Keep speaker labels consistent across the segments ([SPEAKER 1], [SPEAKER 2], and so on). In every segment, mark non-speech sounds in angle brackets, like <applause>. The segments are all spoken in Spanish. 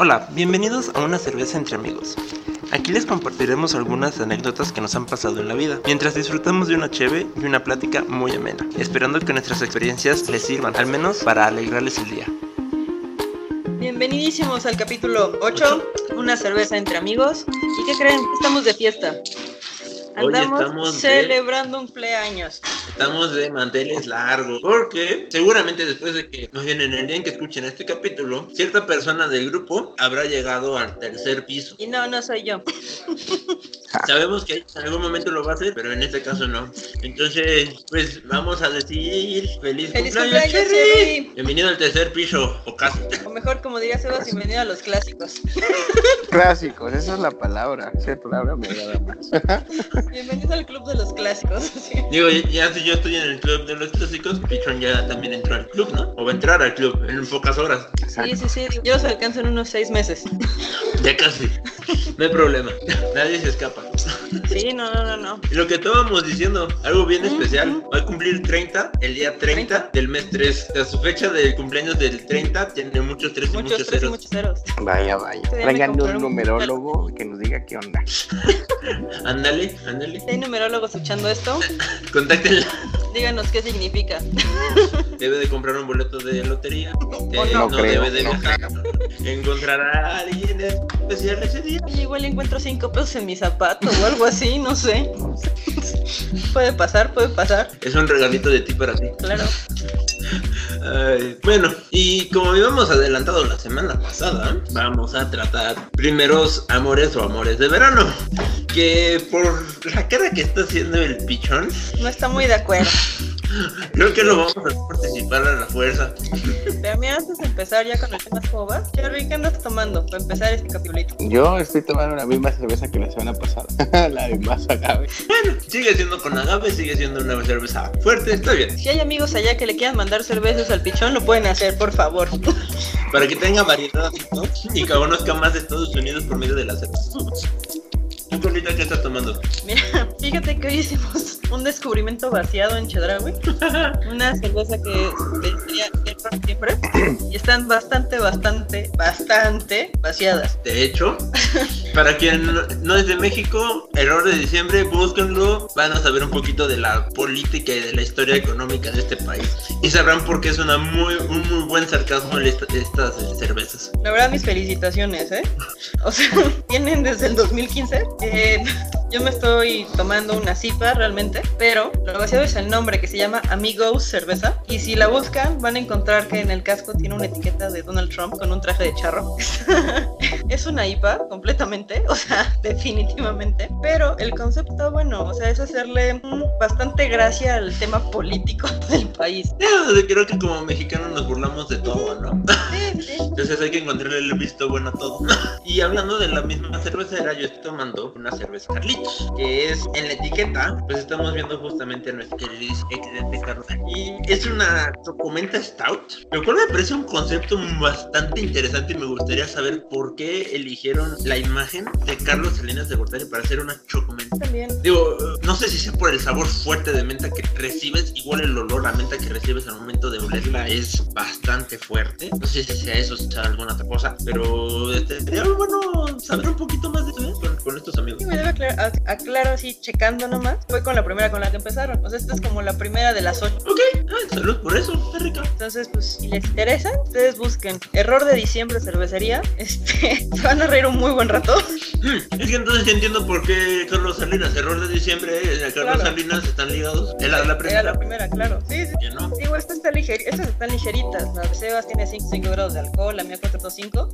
[SPEAKER 1] Hola, bienvenidos a una cerveza entre amigos. Aquí les compartiremos algunas anécdotas que nos han pasado en la vida, mientras disfrutamos de una cheve y una plática muy amena, esperando que nuestras experiencias les sirvan, al menos para alegrarles el día.
[SPEAKER 2] Bienvenidísimos al capítulo 8, una cerveza entre amigos. ¿Y qué creen? Estamos de fiesta. Andamos
[SPEAKER 3] estamos de-
[SPEAKER 2] celebrando un cumpleaños.
[SPEAKER 3] Estamos de manteles largos porque seguramente después de que, más bien en el día en que escuchen este capítulo, cierta persona del grupo habrá llegado al tercer piso.
[SPEAKER 2] Y no, no soy yo.
[SPEAKER 3] Sabemos que en algún momento lo va a hacer, pero en este caso no. Entonces, pues vamos a decir
[SPEAKER 2] ¡Feliz
[SPEAKER 3] feliz, cumpleaños,
[SPEAKER 2] cumpleaños,
[SPEAKER 3] Cherry!
[SPEAKER 2] Cherry!
[SPEAKER 3] Bienvenido al tercer piso, o casi.
[SPEAKER 2] O mejor, como diría Sebas, bienvenido a los clásicos.
[SPEAKER 4] Clásicos, esa es la palabra. Esa palabra me agrada más.
[SPEAKER 2] Bienvenido al club de los clásicos. <laughs> sí.
[SPEAKER 3] Digo, ya- ya si yo estoy en el club de los clásicos, Pichón ya también entró al club, ¿no? O va a entrar al club en pocas horas.
[SPEAKER 2] Sí, sí, sí. Yo los alcanzo en unos seis meses.
[SPEAKER 3] Ya casi. No hay problema. <laughs> Nadie se escapa.
[SPEAKER 2] Sí, no, no, no, no.
[SPEAKER 3] Lo que estábamos diciendo, algo bien
[SPEAKER 2] Ujú.
[SPEAKER 3] especial, va a cumplir 30, el día
[SPEAKER 2] 30.
[SPEAKER 3] 30, del mes 3. O sea, su fecha de cumpleaños del 30 tiene muchos 3 y muchos,
[SPEAKER 2] Muchos tres y
[SPEAKER 3] ceros.
[SPEAKER 2] muchos ceros.
[SPEAKER 4] Vaya, vaya.
[SPEAKER 2] Todavía me
[SPEAKER 4] Traigan
[SPEAKER 2] compraron
[SPEAKER 4] un
[SPEAKER 2] un-
[SPEAKER 4] numerólogo que nos diga qué onda.
[SPEAKER 3] Ándale, ándale.
[SPEAKER 2] Si hay numerólogos escuchando esto,
[SPEAKER 3] Contáctenla. <laughs>
[SPEAKER 2] díganos qué significa.
[SPEAKER 3] Debe de comprar un boleto de lotería. Eh,
[SPEAKER 2] no.
[SPEAKER 3] no,
[SPEAKER 4] No creo,
[SPEAKER 3] debe de
[SPEAKER 4] no
[SPEAKER 3] viajar. Encontrará a alguien especial ese día.
[SPEAKER 2] Oye, igual encuentro cinco pesos en mi zapato o algo así, no sé. Puede pasar, puede pasar.
[SPEAKER 3] Es un regalito de ti para ti.
[SPEAKER 2] Claro.
[SPEAKER 3] Ay, bueno, y como habíamos adelantado la semana pasada, vamos a tratar primeros amores o amores de verano. Que por la cara que está haciendo el pichón,
[SPEAKER 2] No está muy de acuerdo.
[SPEAKER 3] creo que lo vamos a participar a la fuerza.
[SPEAKER 2] Pero mira, antes de empezar ya con el tema escobas, Jerry, ¿qué andas tomando para empezar este capitulito?
[SPEAKER 4] Yo estoy tomando la misma cerveza que la semana pasada. <laughs> la de más agave.
[SPEAKER 3] Sigue siendo con agave, sigue siendo una cerveza fuerte, está bien.
[SPEAKER 2] Si hay amigos allá que le quieran mandar cervezas al pichón, lo pueden hacer, por favor.
[SPEAKER 3] Para que tenga variedad ¿no? y que conozca más de Estados Unidos por medio de la cerveza. ¿Tú, Carlita, qué estás tomando?
[SPEAKER 2] Mira, fíjate que hoy hicimos un descubrimiento vaciado en Chedraui. Una cerveza que se decía siempre, siempre. Y están bastante, bastante, bastante vaciadas.
[SPEAKER 3] De hecho, para quien no- no es de México, error de diciembre, búsquenlo, van a saber un poquito de la política y de la historia económica de este país. Y sabrán por qué es una muy, un muy buen sarcasmo el esta- estas eh, cervezas. <laughs>
[SPEAKER 2] La verdad, mis felicitaciones, ¿eh? O sea, <laughs> vienen desde el 2015. Eh, yo me estoy tomando una cipa realmente, pero lo vaciado es el nombre que se llama Amigos Cerveza. Y si la buscan, van a encontrar que en el casco tiene una etiqueta de Donald Trump con un traje de charro. <laughs> es una IPA completamente, o sea, <laughs> definitivamente. Pero el concepto, bueno, o sea, es hacerle mm, bastante gracia al tema político <laughs> del país.
[SPEAKER 3] Eh, Creo que como mexicanos nos burlamos de todo, ¿no?
[SPEAKER 2] Sí, sí.
[SPEAKER 3] Entonces hay que encontrarle el visto bueno a todo. <laughs> Y hablando de la misma cervecera, yo estoy tomando una cerveza Carlitos, que es en la etiqueta, pues estamos viendo justamente a nuestro queridísimo excelente Carlos. Y es una documenta stout, lo cual me parece un concepto bastante interesante y me gustaría saber por qué eligieron la imagen de Carlos Salinas de Gortari para hacer una chocomenta.
[SPEAKER 2] También.
[SPEAKER 3] Digo, no sé si sea por el sabor fuerte de menta que recibes, igual el olor a menta que recibes al momento de olerla es bastante fuerte. No sé si sea eso, si sea alguna otra cosa, pero este, sería bueno saber un poquito más de eso ¿eh? con, con estos amigos.
[SPEAKER 2] Sí, me debe aclarar, ac- aclaro así, checando nomás. Fue con la primera con la que empezaron. O sea, esta es como la primera de las ocho.
[SPEAKER 3] Ok, ah, salud por eso, está rica.
[SPEAKER 2] Entonces, pues, si les interesa, ustedes busquen. Error de diciembre, cervecería. <laughs> Este, se van a reír un muy buen rato.
[SPEAKER 3] Mm, Es que entonces ya entiendo por qué Carlos Salinas, error de diciembre, eh, Carlos
[SPEAKER 2] Claro.
[SPEAKER 3] Salinas están ligados.
[SPEAKER 2] Era
[SPEAKER 3] Era la
[SPEAKER 2] la
[SPEAKER 3] primera.
[SPEAKER 2] primera, claro. Sí, sí.
[SPEAKER 3] Ya no.
[SPEAKER 2] Digo, estas están, liger- estas están ligeritas. La de Sebas tiene 5, grados de alcohol, la mía 4.5.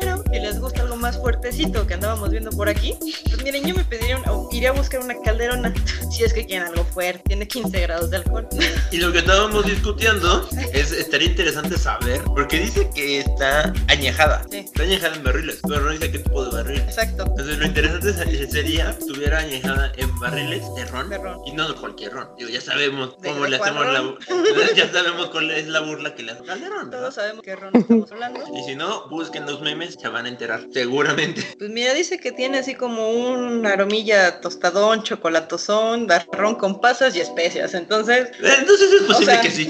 [SPEAKER 2] Pero si les gusta algo más fuertecito que andábamos viendo por aquí, pues miren, yo me pediría, una- o iría a buscar una calderona. <laughs> Si es que quieren algo fuerte, tiene 15 grados de alcohol.
[SPEAKER 3] Y lo que estábamos discutiendo es estaría interesante saber, porque dice que está añejada.
[SPEAKER 2] Sí.
[SPEAKER 3] Está añejada en barriles, pero no dice qué tipo de barril.
[SPEAKER 2] Exacto.
[SPEAKER 3] Entonces lo interesante se- sería que estuviera añejada en barriles de ron.
[SPEAKER 2] De ron.
[SPEAKER 3] Y no de cualquier ron. Digo, ya sabemos
[SPEAKER 2] ¿De-
[SPEAKER 3] cómo
[SPEAKER 2] de
[SPEAKER 3] le
[SPEAKER 2] cuál
[SPEAKER 3] hacemos la
[SPEAKER 2] ron?
[SPEAKER 3] bu- <laughs> Ya sabemos cuál es la burla que le hacen al de ron. ¿verdad?
[SPEAKER 2] Todos sabemos qué ron estamos hablando.
[SPEAKER 3] Y si no, busquen los memes, se van a enterar. Seguramente. <laughs>
[SPEAKER 2] Pues mira, dice que tiene así como un aromilla tostadón, chocolatosón, barrón con pasas y especias. Entonces,
[SPEAKER 3] Entonces es posible
[SPEAKER 2] sea-
[SPEAKER 3] que sí.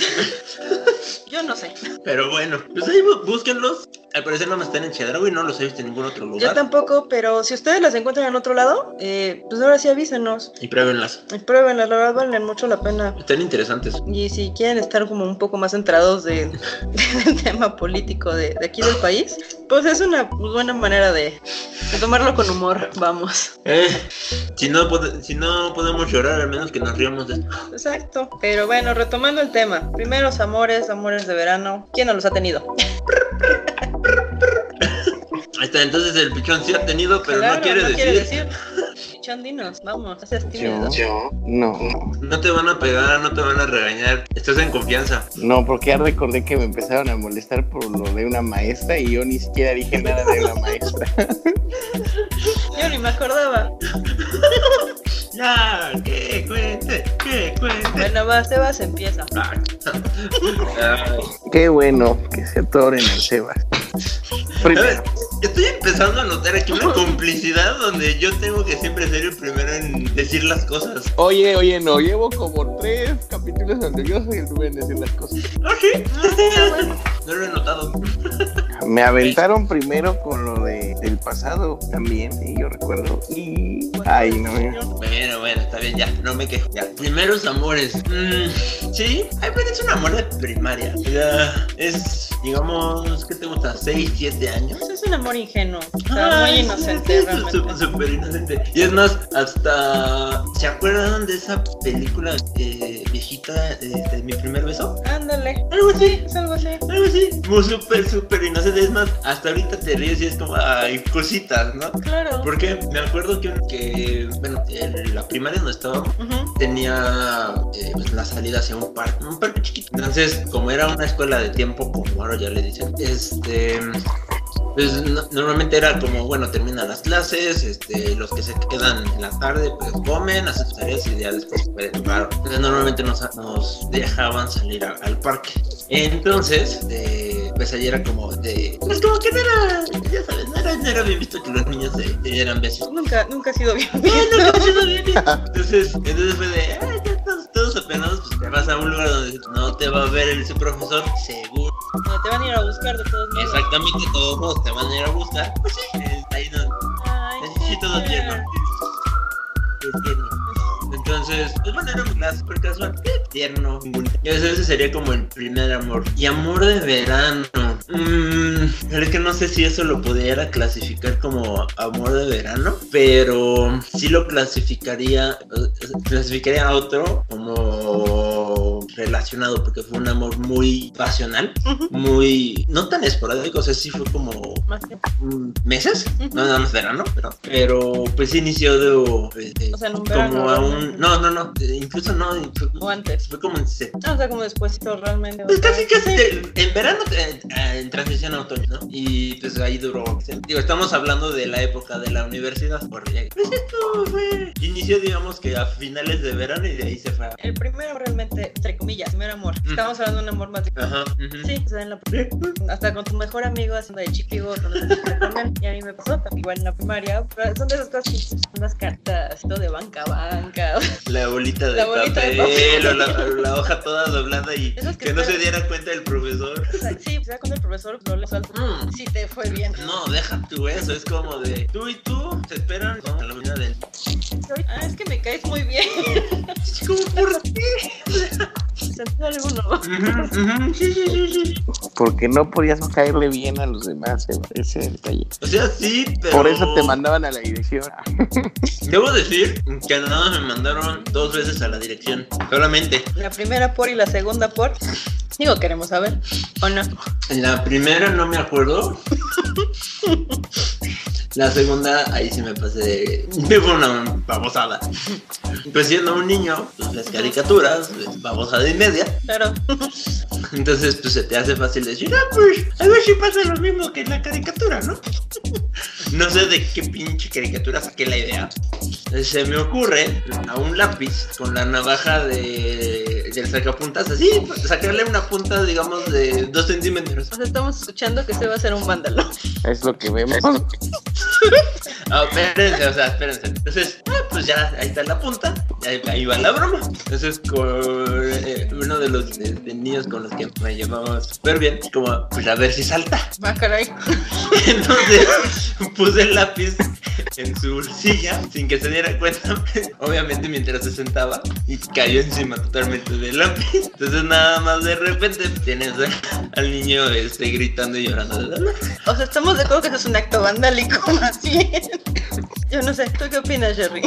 [SPEAKER 2] yo no sé.
[SPEAKER 3] Pero bueno, pues ahí bú- búsquenlos. Al parecer no me están en Chedraui, no los he visto en ningún otro
[SPEAKER 2] Yo
[SPEAKER 3] lugar.
[SPEAKER 2] tampoco, pero si ustedes las encuentran en otro lado, eh, pues ahora sí avísenos.
[SPEAKER 3] y pruébenlas.
[SPEAKER 2] Y Pruébenlas, la verdad valen mucho la pena.
[SPEAKER 3] Están interesantes.
[SPEAKER 2] Y si quieren estar como un poco más centrados de, <laughs> del tema político de, de aquí del país, pues es una buena manera de, de tomarlo con humor, vamos.
[SPEAKER 3] Eh, si, no pode- si no podemos llorar, al menos que nos riamos de esto.
[SPEAKER 2] Exacto. Pero bueno, retomando el tema. Primeros amores, amores de verano. ¿Quién no los ha tenido?
[SPEAKER 3] Ahí está, entonces el pichón sí ha tenido, pero
[SPEAKER 2] Claro,
[SPEAKER 3] no quiere decir.
[SPEAKER 2] decir. Chondinos, vamos, este no seas
[SPEAKER 4] Yo,
[SPEAKER 2] tímido.
[SPEAKER 4] yo, no,
[SPEAKER 3] No te van a pegar, no te van a regañar. Estás en confianza.
[SPEAKER 4] no, porque ya recordé que me empezaron a molestar por lo de una maestra y yo ni siquiera dije nada de una maestra.
[SPEAKER 2] Yo ni me acordaba.
[SPEAKER 3] Ya, que cuente, que cuente.
[SPEAKER 2] Bueno, va, Sebas empieza.
[SPEAKER 3] Ah, Ay,
[SPEAKER 4] Qué bueno que se atoren el Sebas. Primero,
[SPEAKER 3] ¿sabes? Estoy empezando a notar aquí <laughs> una complicidad donde yo tengo que siempre ser el primero en decir las cosas.
[SPEAKER 4] oye, oye, no, llevo como tres capítulos donde yo soy el primero en decir las cosas.
[SPEAKER 3] Ah, sí. No lo he notado.
[SPEAKER 4] Me aventaron primero con lo de, del pasado también, sí, yo recuerdo. Y.
[SPEAKER 2] pues,
[SPEAKER 4] <laughs> Ay, no.
[SPEAKER 3] Bueno, bueno, está bien, ya, no me quejo. Ya. Primeros amores. Mm, sí, ay, pues es un amor de primaria. O sea, es, digamos, ¿qué te gusta? ¿6, 7 años?
[SPEAKER 2] pues, Es un amor ingenuo. O sea, muy
[SPEAKER 3] Ay,
[SPEAKER 2] inocente
[SPEAKER 3] sí,
[SPEAKER 2] realmente.
[SPEAKER 3] Súper, súper inocente. Y es más, hasta. ¿Se acuerdan de esa película eh, viejita eh, de mi primer beso?
[SPEAKER 2] Ándale.
[SPEAKER 3] Algo así.
[SPEAKER 2] Es algo así.
[SPEAKER 3] Algo así, muy súper, súper inocente. Es más, hasta ahorita te ríes y es como, ay, cositas, ¿no?
[SPEAKER 2] Claro.
[SPEAKER 3] Porque me acuerdo que, un- que bueno, en la primaria donde estábamos
[SPEAKER 2] Ujú.
[SPEAKER 3] tenía eh, pues, la salida hacia un parque, un parque chiquito. Entonces, como era una escuela de tiempo, como ahora ya le dicen, este. Pues no- normalmente era como, bueno, terminan las clases, este, los que se quedan en la tarde, pues comen, hacen sus tareas y ya después se pueden jugar. Entonces normalmente nos, nos dejaban salir a- al parque. Entonces, eh, pues ahí era como de... Pues como que no era, ya sabes, no era, no era bien visto que los niños se, se dieran besos.
[SPEAKER 2] Nunca, nunca ha sido bien
[SPEAKER 3] Bueno,
[SPEAKER 2] visto.
[SPEAKER 3] no, sí, no, bien, bien. Entonces, entonces fue de, "Ah, ya todos, todos apenados, pues te vas a un lugar donde no te va a ver el, su profesor, seguro.
[SPEAKER 2] Te van a ir a buscar de todos modos.
[SPEAKER 3] Exactamente, todos modos te van a ir a buscar. Pues sí, eh, ahí no,
[SPEAKER 2] Ay,
[SPEAKER 3] Sí, todo tierno. es tierno. Entonces, pues bueno, era un clase súper casual, eh, tierno. Y ese sería como el primer amor. Y amor de verano. Mmm, es que no sé si eso lo pudiera clasificar como amor de verano, pero sí lo clasificaría, eh, clasificaría a otro como relacionado, porque fue un amor muy pasional,
[SPEAKER 2] Ujú.
[SPEAKER 3] muy, no tan esporádico, o sea, sí fue como
[SPEAKER 2] Más que-
[SPEAKER 3] mm, meses,
[SPEAKER 2] Ujú.
[SPEAKER 3] no nada más verano, pero, pero pues inició de, de-
[SPEAKER 2] O sea, en un
[SPEAKER 3] como
[SPEAKER 2] verano,
[SPEAKER 3] a
[SPEAKER 2] ¿no?
[SPEAKER 3] un, no, no, no, eh, incluso no, fue,
[SPEAKER 2] O antes.
[SPEAKER 3] fue como en, se-
[SPEAKER 2] Ah, o sea, como despuésito realmente.
[SPEAKER 3] pues
[SPEAKER 2] o sea,
[SPEAKER 3] casi casi
[SPEAKER 2] sí.
[SPEAKER 3] de- en verano eh, eh, en transición a otoño, ¿no? Y pues ahí duró, digo, estamos hablando de la época de la universidad, porque pues esto fue, inició digamos que a finales de verano y de ahí se fue. a-
[SPEAKER 2] El primero realmente, entre comillas, primer amor.
[SPEAKER 3] Mm.
[SPEAKER 2] Estamos hablando de un amor más.
[SPEAKER 3] Ajá, ujú.
[SPEAKER 2] Sí, o sea, en la hasta con tu mejor amigo haciendo de chiquigo cuando te fuiste con él. Y a mí me pasó también, igual en la primaria. pero son de esas cosas que son unas cartas todo de banca a banca. <laughs>
[SPEAKER 3] La bolita de
[SPEAKER 2] La bolita de
[SPEAKER 3] papel,
[SPEAKER 2] papel.
[SPEAKER 3] o la, o la hoja toda doblada y
[SPEAKER 2] Esas que
[SPEAKER 3] que no se
[SPEAKER 2] esperan.
[SPEAKER 3] diera cuenta el profesor.
[SPEAKER 2] O sea, sí, o sea, con el profesor no le salto.
[SPEAKER 3] Mm.
[SPEAKER 2] Si te fue bien.
[SPEAKER 3] No, deja tú eso, es como de tú y tú se esperan a la mañana del.
[SPEAKER 2] Ah, es que me caes muy bien. <laughs>
[SPEAKER 3] ¿Cómo por qué?
[SPEAKER 2] Sentido alguno.
[SPEAKER 3] Sí, sí, sí, sí.
[SPEAKER 4] Porque no podías caerle bien a los demás, Sebas. Ese es el detalle.
[SPEAKER 3] O sea, sí, pero.
[SPEAKER 4] Por eso te mandaban a la dirección. Ah,
[SPEAKER 3] Debo decir que a nada me mandaron dos veces a la dirección. Solamente.
[SPEAKER 2] La primera por y la segunda por. Digo, queremos saber. ¿O no?
[SPEAKER 3] En la primera no me
[SPEAKER 4] <laughs>
[SPEAKER 3] acuerdo. La segunda, ahí sí me pasé de... Me fue una babosada. Pues siendo un niño, pues las caricaturas, pues, babosada y media.
[SPEAKER 2] Claro.
[SPEAKER 3] Entonces, pues se te hace fácil decir, ah, pues, a ver si pasa lo mismo que en la caricatura, ¿no? <laughs> no sé de qué pinche caricatura saqué la idea. Se me ocurre a un lápiz con la navaja de, del sacapuntas, así, pues, sacarle una punta, digamos, de dos centímetros.
[SPEAKER 2] O sea, pues, estamos escuchando que se va a hacer un vándalo. <laughs>
[SPEAKER 4] Es lo que vemos.
[SPEAKER 3] Ah, espérense, o sea, espérense. Entonces, ah, pues, pues ya ahí está la punta, ahí, ahí va la broma. Entonces, con, eh, uno de los de- de niños con los que me llevaba súper bien, como, pues a ver si salta.
[SPEAKER 2] Ah, caray.
[SPEAKER 3] <laughs> Entonces, puse el lápiz en su bolsilla sin que se diera cuenta, <laughs> obviamente mientras se sentaba y cayó encima totalmente del lápiz. Entonces, nada más de repente tienes <laughs> a- al niño este, gritando y llorando de dolor.
[SPEAKER 2] O sea, estamos de acuerdo que eso es un acto vandálico, <laughs> más bien. Yo no sé, ¿tú qué opinas, Jerry?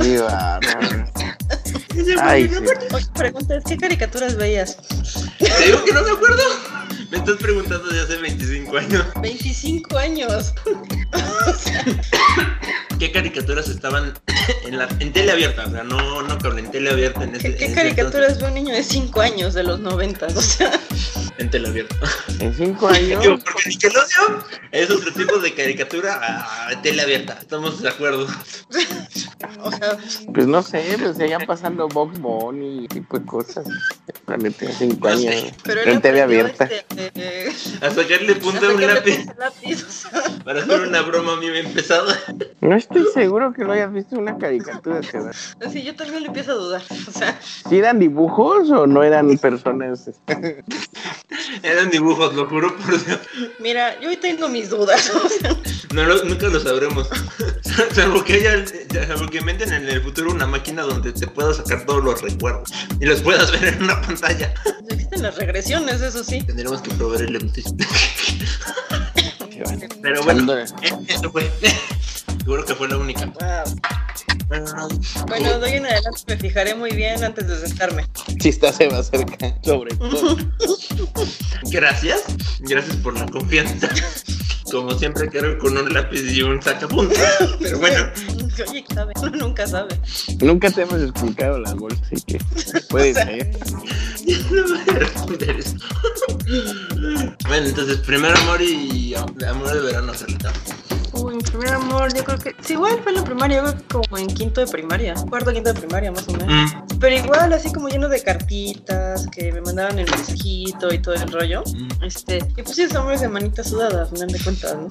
[SPEAKER 4] Sí, va, ah, no.
[SPEAKER 3] Ese fue mi
[SPEAKER 4] Ay, sí.
[SPEAKER 3] reporte.
[SPEAKER 2] Oye, pregunta, ¿qué caricaturas veías?
[SPEAKER 3] Te digo que no me acuerdo. Me estás preguntando de hace 25 años
[SPEAKER 2] 25 años.
[SPEAKER 3] qué caricaturas estaban <coughs> en, la, en tele abierta. O sea, no, no cable, en tele abierta. En ese,
[SPEAKER 2] ¿Qué,
[SPEAKER 3] en
[SPEAKER 2] qué
[SPEAKER 3] ese
[SPEAKER 2] caricaturas ve un niño de 5 años de los 90? O sea,
[SPEAKER 3] entonces, en tele abierta.
[SPEAKER 4] En cinco años.
[SPEAKER 3] Digo, porque Nickelodeon es otro tipo de caricatura a, a tele abierta. Estamos de acuerdo.
[SPEAKER 2] o sea,
[SPEAKER 4] Pues no sé, pues seguían pasando Bob Bunny y tipo de cosas. Cuando tenía cinco
[SPEAKER 3] No sé,
[SPEAKER 4] años.
[SPEAKER 2] pero él
[SPEAKER 4] en tele
[SPEAKER 2] aprendió,
[SPEAKER 4] abierta.
[SPEAKER 2] este, eh,
[SPEAKER 3] A sacarle punta
[SPEAKER 2] a
[SPEAKER 3] a un
[SPEAKER 2] sacarle
[SPEAKER 3] lápiz
[SPEAKER 2] punta al lápiz, o sea,
[SPEAKER 3] para hacer una broma a mí me empezaba.
[SPEAKER 4] No estoy seguro que no hayas visto una caricatura. Sebas.
[SPEAKER 2] así yo también le empiezo a dudar. O sea,
[SPEAKER 4] ¿Sí eran dibujos o no eran personas?
[SPEAKER 3] <laughs> Eran dibujos, lo juro por Dios.
[SPEAKER 2] mira, yo hoy tengo mis dudas. <laughs> O sea,
[SPEAKER 3] No lo- nunca lo sabremos. <laughs> Salvo que haya, salvo que inventen en el futuro una máquina donde te puedas sacar todos los recuerdos y los puedas ver en una pantalla.
[SPEAKER 2] existen las regresiones, eso sí.
[SPEAKER 3] Tendremos que probar el MTC.
[SPEAKER 2] Wow.
[SPEAKER 3] Pero bueno, eh, eso fue. <laughs> Seguro que fue la única. Bueno, no.
[SPEAKER 2] Bueno, de hoy en adelante me fijaré muy bien antes de sentarme.
[SPEAKER 4] Si está se va cerca. Sobre todo.
[SPEAKER 3] Gracias. Gracias por la confianza. <laughs> Como siempre, cargo con un lápiz y un sacapuntas. Pero bueno,
[SPEAKER 2] <laughs> Oye, ¿sabe? Uno nunca sabe.
[SPEAKER 4] Nunca te hemos explicado la bolsa, así que puede ser.
[SPEAKER 3] ya no voy a responder eso. <laughs> Bueno, entonces, primero amor y amor de verano, Solita.
[SPEAKER 2] Uy, mi primer amor, yo creo que. Sí, igual fue en la primaria, yo creo que como en quinto de primaria. Cuarto, quinto de primaria, más o menos.
[SPEAKER 3] Mm.
[SPEAKER 2] Pero igual, así como lleno de cartitas, que me mandaban el mensajito y todo el rollo.
[SPEAKER 3] Mm.
[SPEAKER 2] Este, y pues sí, somos de manita sudada, al final de cuentas, ¿no?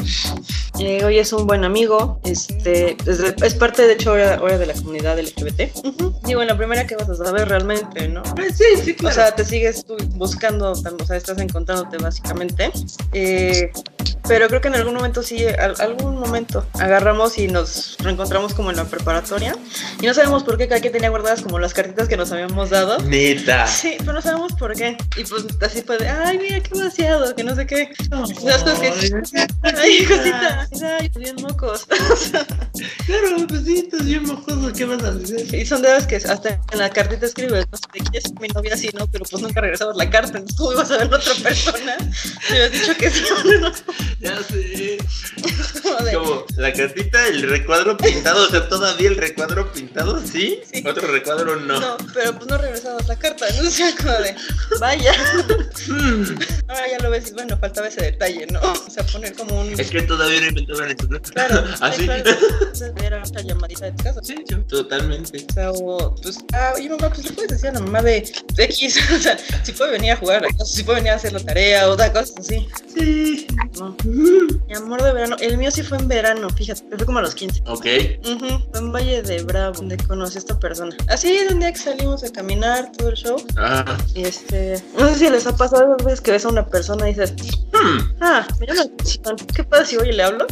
[SPEAKER 2] Eh, hoy es un buen amigo, este, desde- es parte de hecho ahora, ahora de la comunidad LGBT. Ujú. Digo, en la primera que vas a saber realmente, ¿no?
[SPEAKER 3] Ah, Sí, sí,
[SPEAKER 2] O sea, te sigues tú buscando, o sea, estás encontrándote básicamente. Eh, pero creo que en algún momento sí, al- algún momento agarramos y nos reencontramos como en la preparatoria. Y no sabemos por qué cada quien tenía guardadas como las cartitas que nos habíamos dado.
[SPEAKER 3] Neta.
[SPEAKER 2] Sí, pero no sabemos por qué. Y pues así fue de, ay, mira qué vaciado, que no sé qué. Las cosas que. Ay, cosita. Ay, bien mocos.
[SPEAKER 3] Claro, pues sí, estás bien mojoso, ¿qué vas a hacer?
[SPEAKER 2] Y son de las que hasta en la cartita escribes, no sé, de quién es mi novia, sí, no, pero pues nunca regresabas la carta, entonces cómo ibas a ver a otra persona. Te habías dicho que sí, <laughs> ¿no?
[SPEAKER 3] Ya sé.
[SPEAKER 2] Como de,
[SPEAKER 3] Como la cartita, el recuadro pintado, o sea, todavía el recuadro pintado, ¿sí?
[SPEAKER 2] Sí.
[SPEAKER 3] Otro recuadro no.
[SPEAKER 2] no, pero pues no regresabas la carta, ¿no? O sea, como de, vaya.
[SPEAKER 3] Mm.
[SPEAKER 2] Ahora ya lo ves y bueno, faltaba ese detalle, ¿no? O sea, poner como un.
[SPEAKER 3] Es que todavía no inventaban eso.
[SPEAKER 2] Claro,
[SPEAKER 3] <laughs> Así.
[SPEAKER 2] claro, era otra llamadita de tu casa.
[SPEAKER 3] Sí, yo, totalmente.
[SPEAKER 2] O sea, o, pues, ah, oye, mamá, pues le puedes decir a la mamá de, de X, <laughs> o sea, si puede venir a jugar a la casa, si puede venir a hacer la tarea, o da cosas así.
[SPEAKER 3] Sí.
[SPEAKER 2] No. Mi amor de verano, el mío sí fue en verano, fíjate, fue como a los 15.
[SPEAKER 3] Ok.
[SPEAKER 2] Ujú, fue en Valle de Bravo, donde conocí a esta persona. Así es un día que salimos a caminar, todo el show,
[SPEAKER 3] Ah.
[SPEAKER 2] y este, no sé si les ha pasado esas veces que ves a una persona y dices,
[SPEAKER 3] Hmm.
[SPEAKER 2] ah, me llama la atención, ¿qué pasa si hoy le hablo?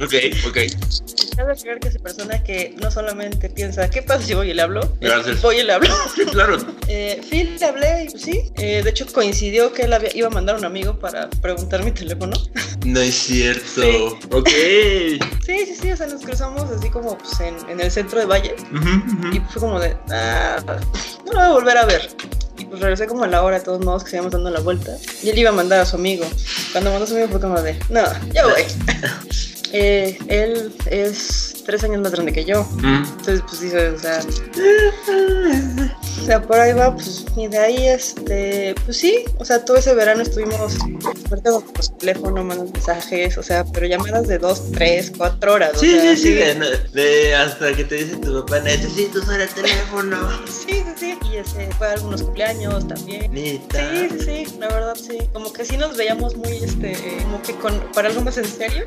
[SPEAKER 3] Ok, ok.
[SPEAKER 2] Cabe aclarar que esa persona que no solamente piensa, ¿qué pasa si voy y le hablo? Es,
[SPEAKER 3] Gracias.
[SPEAKER 2] Voy y le hablo.
[SPEAKER 3] Sí, claro.
[SPEAKER 2] Eh, Phil, le hablé y pues, sí. Eh, de hecho, coincidió que él había- iba a mandar a un amigo para preguntar mi teléfono. <laughs>
[SPEAKER 3] No es cierto.
[SPEAKER 2] Sí.
[SPEAKER 3] Ok.
[SPEAKER 2] Sí, sí, sí. O sea, nos cruzamos así como pues, en, en el centro de Valle.
[SPEAKER 3] Ujú,
[SPEAKER 2] Y
[SPEAKER 3] ujú.
[SPEAKER 2] fue como de, ah, no lo voy a volver a ver. Y pues regresé como a la hora, de todos modos, que seguíamos dando la vuelta. Y él iba a mandar a su amigo. Cuando mandó a su amigo fue como de, no, ya voy. Eh, él es tres años más grande que yo.
[SPEAKER 3] Mm.
[SPEAKER 2] Entonces, pues dice, o sea, sea, por ahí va, pues, y de ahí, este, pues sí, o sea, todo ese verano estuvimos, ahorita con pues, teléfono, mandando mensajes, o sea, pero llamadas de dos, tres, cuatro horas. o
[SPEAKER 3] Sí,
[SPEAKER 2] sea,
[SPEAKER 3] sí, sí, de, de hasta que te dice tu papá, necesito usar el teléfono. <laughs>
[SPEAKER 2] Sí, sí, sí. Y ese, fue a algunos cumpleaños también.
[SPEAKER 3] Nita.
[SPEAKER 2] Sí, sí, sí, la verdad sí. Como que sí nos veíamos muy, este, eh, como que con, para algo más en serio.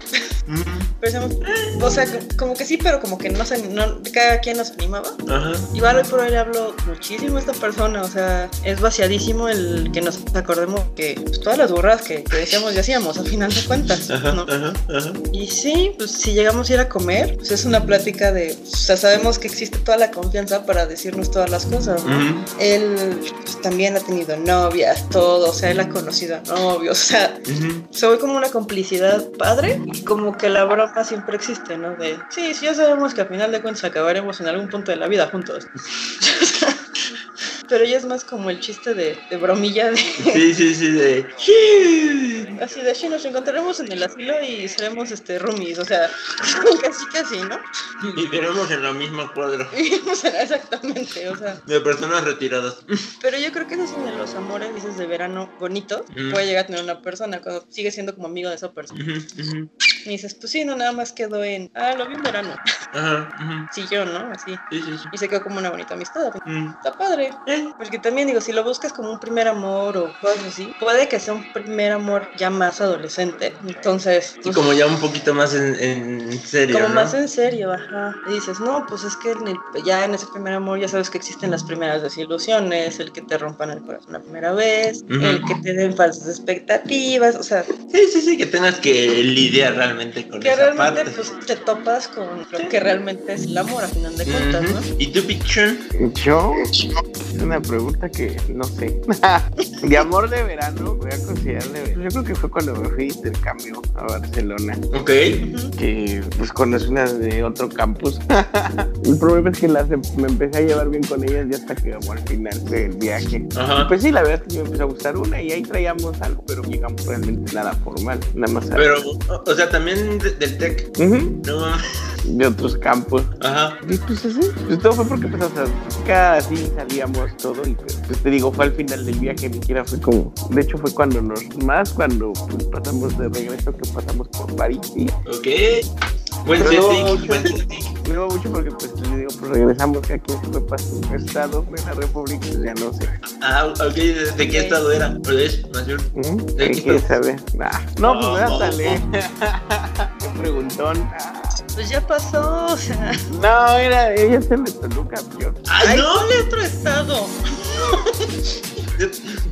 [SPEAKER 3] Mm,
[SPEAKER 2] Pero decíamos, "Ah", o sea, co- como que sí, pero como que no se, no, cada quien nos animaba.
[SPEAKER 3] Ajá.
[SPEAKER 2] Igual hoy por hoy le hablo muchísimo a esta persona, o sea, es vaciadísimo el que nos acordemos que pues, todas las burradas que, que decíamos y hacíamos, al final de cuentas,
[SPEAKER 3] Ajá,
[SPEAKER 2] ¿no?
[SPEAKER 3] ajá, ajá.
[SPEAKER 2] Y sí, pues si llegamos a ir a comer, pues es una plática de, o sea, sabemos que existe toda la confianza para decirnos todas las cosas, ¿no?
[SPEAKER 3] Mm,
[SPEAKER 2] Él pues, también ha tenido novias, todo, o sea, él ha conocido a novios, o sea,
[SPEAKER 3] ujú.
[SPEAKER 2] se ve como una complicidad padre y como que la broma siempre existe, ¿no? De, sí, sí, ya sabemos que al final de cuentas acabaremos en algún punto de la vida juntos. <laughs> Pero ya es más como el chiste de, de bromilla, de,
[SPEAKER 3] Sí, sí, sí, de.
[SPEAKER 2] así de, sí, nos encontraremos en el asilo y seremos este, roomies, o sea, <laughs> casi casi, ¿no? <laughs>
[SPEAKER 3] Viviremos en la misma cuadra.
[SPEAKER 2] Vivimos en- Exactamente, o sea.
[SPEAKER 3] De personas retiradas.
[SPEAKER 2] Pero yo creo que ese es uno de los amores, dices, de verano bonitos.
[SPEAKER 3] Mm.
[SPEAKER 2] Puede llegar a tener una persona cuando sigue siendo como amigo de esa persona.
[SPEAKER 3] Ujú, ujú.
[SPEAKER 2] Y dices, pues sí, no, nada más quedó en, ah, lo vi en verano.
[SPEAKER 3] Ajá, ajá.
[SPEAKER 2] Sí, yo, ¿no? Así.
[SPEAKER 3] Sí, sí, sí.
[SPEAKER 2] Y se quedó como una bonita amistad.
[SPEAKER 3] Mm,
[SPEAKER 2] Está padre.
[SPEAKER 3] eh,
[SPEAKER 2] Porque también digo, si lo buscas como un primer amor o cosas así, puede que sea un primer amor ya más adolescente. Entonces,
[SPEAKER 3] Sí,
[SPEAKER 2] pues,
[SPEAKER 3] como ya un poquito más en, en serio.
[SPEAKER 2] como
[SPEAKER 3] ¿no?
[SPEAKER 2] más en serio, ajá. Y dices, no, pues es que en el- ya en ese primer amor ya sabes que existen las primeras desilusiones, el que te rompan el corazón la primera vez,
[SPEAKER 3] Ujú.
[SPEAKER 2] el que te den falsas expectativas, o sea,
[SPEAKER 3] Sí, sí, sí, que tengas que lidiar realmente con
[SPEAKER 2] que
[SPEAKER 3] esa
[SPEAKER 2] realmente
[SPEAKER 3] parte.
[SPEAKER 2] pues te topas con lo que realmente es el amor a final de cuentas,
[SPEAKER 3] Ujú.
[SPEAKER 2] ¿no?
[SPEAKER 3] ¿Y tu picture?
[SPEAKER 4] Yo, es una pregunta que no sé. <laughs> de amor de verano, voy a considerar de verano. Yo creo que fue cuando me fui de intercambio a Barcelona,
[SPEAKER 3] Ok.
[SPEAKER 2] Ujú.
[SPEAKER 4] que pues conocí unas de otro campus. <laughs> El problema es que las em- me empecé a llevar bien con ellas ya hasta que llegamos al final del viaje.
[SPEAKER 3] Ajá.
[SPEAKER 4] Pues sí, la verdad es que me empezó a gustar una y ahí traíamos algo, pero llegamos realmente nada formal, nada más. a-
[SPEAKER 3] Pero, o, o sea, también de- del tech.
[SPEAKER 4] Ujú,
[SPEAKER 3] No mames.
[SPEAKER 4] de otros campus.
[SPEAKER 3] Ajá.
[SPEAKER 4] Y pues así, pues todo fue porque pues, o sea, cada así salíamos todo y pues, pues, te digo, fue al final del viaje, ni siquiera fue como, de hecho fue cuando nos, más cuando pues, pasamos de regreso que pasamos por París y
[SPEAKER 3] Ok. Buen
[SPEAKER 4] Pero luego
[SPEAKER 3] setting,
[SPEAKER 4] mucho-
[SPEAKER 3] buen setting.
[SPEAKER 4] me va mucho porque pues te digo, pues regresamos que aquí fue para su estado, de la República, pues, ya no sé,
[SPEAKER 3] Ah, ok, ¿de, de qué
[SPEAKER 2] Ok.
[SPEAKER 3] estado era? ¿Pues mayor?
[SPEAKER 4] ¿Mm?
[SPEAKER 3] ¿De
[SPEAKER 4] ¿qué
[SPEAKER 3] qué
[SPEAKER 4] quieres
[SPEAKER 3] estado?
[SPEAKER 4] saber? Ah, no, pues
[SPEAKER 3] No,
[SPEAKER 4] no,
[SPEAKER 3] no,
[SPEAKER 4] dale, <laughs> qué preguntón.
[SPEAKER 2] Pues ya pasó, o sea,
[SPEAKER 4] No, era, ella es de Toluca, yo.
[SPEAKER 3] ¡Ay,
[SPEAKER 2] ay,
[SPEAKER 3] no!
[SPEAKER 2] ponle otro estado.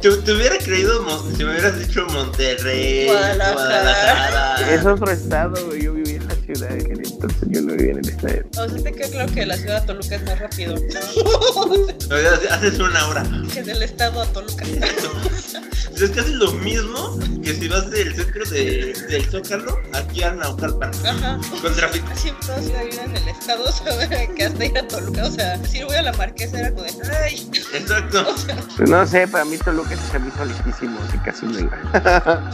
[SPEAKER 3] Te, te hubiera creído Mon- si me hubieras dicho Monterrey,
[SPEAKER 2] Guadalajara.
[SPEAKER 3] Guadalajara.
[SPEAKER 4] Es otro estado, güey, yo vivía en la ciudad, en aquel entonces yo no vivía en el estado.
[SPEAKER 2] O sea, te queda claro que de la ciudad a Toluca es más rápido
[SPEAKER 3] <laughs> O sea, hace- haces una hora. <laughs>
[SPEAKER 2] que del estado a Toluca.
[SPEAKER 3] Es casi lo mismo que si vas del centro de, del Zócalo aquí a Naucalpan.
[SPEAKER 2] Ajá.
[SPEAKER 3] Con tráfico.
[SPEAKER 2] Siempre ha sido vida en el estado, <laughs> o sea, que hasta ir a Toluca, o sea, si voy a la Marquesa era como de, ay,
[SPEAKER 3] Exacto.
[SPEAKER 4] Pues no sé, para mí Toluca se me hizo lejísimo, así casi no iba.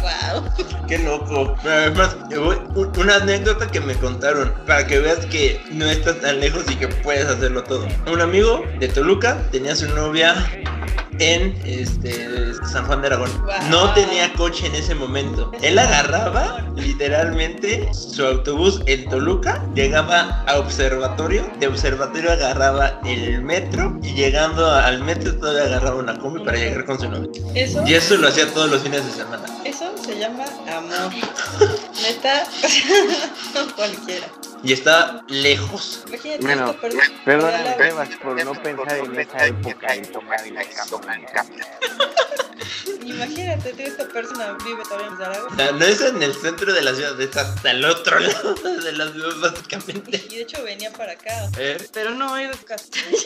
[SPEAKER 2] wow.
[SPEAKER 3] Qué loco. Pero además, yo voy- u- una anécdota que me contaron para que veas que no estás tan lejos y que puedes hacerlo todo. Un amigo de Toluca tenía su novia en este San Juan de Aragón.
[SPEAKER 2] Guau.
[SPEAKER 3] No tenía coche en ese momento. Él agarraba literalmente su autobús en Toluca, llegaba a Observatorio, de Observatorio agarraba el metro y llegando al metro todavía agarraba una combi para llegar con su novia.
[SPEAKER 2] Eso,
[SPEAKER 3] Y eso lo hacía todos los fines de semana.
[SPEAKER 2] eso se llama
[SPEAKER 3] <laughs>
[SPEAKER 2] amor. Neta, <laughs> cualquiera.
[SPEAKER 3] Y está lejos.
[SPEAKER 2] Imagínate
[SPEAKER 4] Bueno,
[SPEAKER 2] esta persona.
[SPEAKER 4] Perdóname,
[SPEAKER 2] Hola.
[SPEAKER 4] Bebas, por no pensar en esa época en tomar el campo.
[SPEAKER 2] Imagínate, tío, esta persona vive todavía en
[SPEAKER 3] O
[SPEAKER 2] Zaragoza.
[SPEAKER 3] sea, no es en el centro de la ciudad, es hasta el otro <laughs> lado de la ciudad, básicamente.
[SPEAKER 2] Y de hecho venía para acá. o sea,
[SPEAKER 3] Eh,
[SPEAKER 2] Pero no, es <laughs>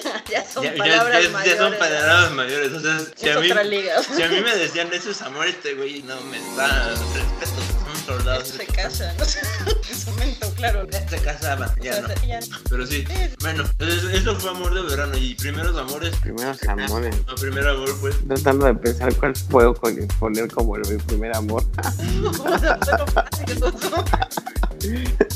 [SPEAKER 2] ya, ya son
[SPEAKER 3] ya- ya-
[SPEAKER 2] palabras
[SPEAKER 3] ya- ya
[SPEAKER 2] mayores.
[SPEAKER 3] son palabras mayores. O sea, si
[SPEAKER 2] es
[SPEAKER 3] a, mí,
[SPEAKER 2] otra liga.
[SPEAKER 3] <laughs>
[SPEAKER 2] o sea,
[SPEAKER 3] si a mí me decían eso es amor, este güey no me da respeto. Son soldados.
[SPEAKER 2] Se casan, o sea, <laughs> en su momento, claro. O sea,
[SPEAKER 3] Se casaban, ya
[SPEAKER 2] <laughs>
[SPEAKER 3] no.
[SPEAKER 2] se- ya-
[SPEAKER 3] Pero sí. Bueno, eso, eso fue amor de verano. Y primeros amores.
[SPEAKER 4] Primeros amores.
[SPEAKER 3] No, primer amor fue.
[SPEAKER 4] Tratando de pensar cuál puedo co- poner como mi primer amor.
[SPEAKER 2] o sea, no, <laughs> así que todo-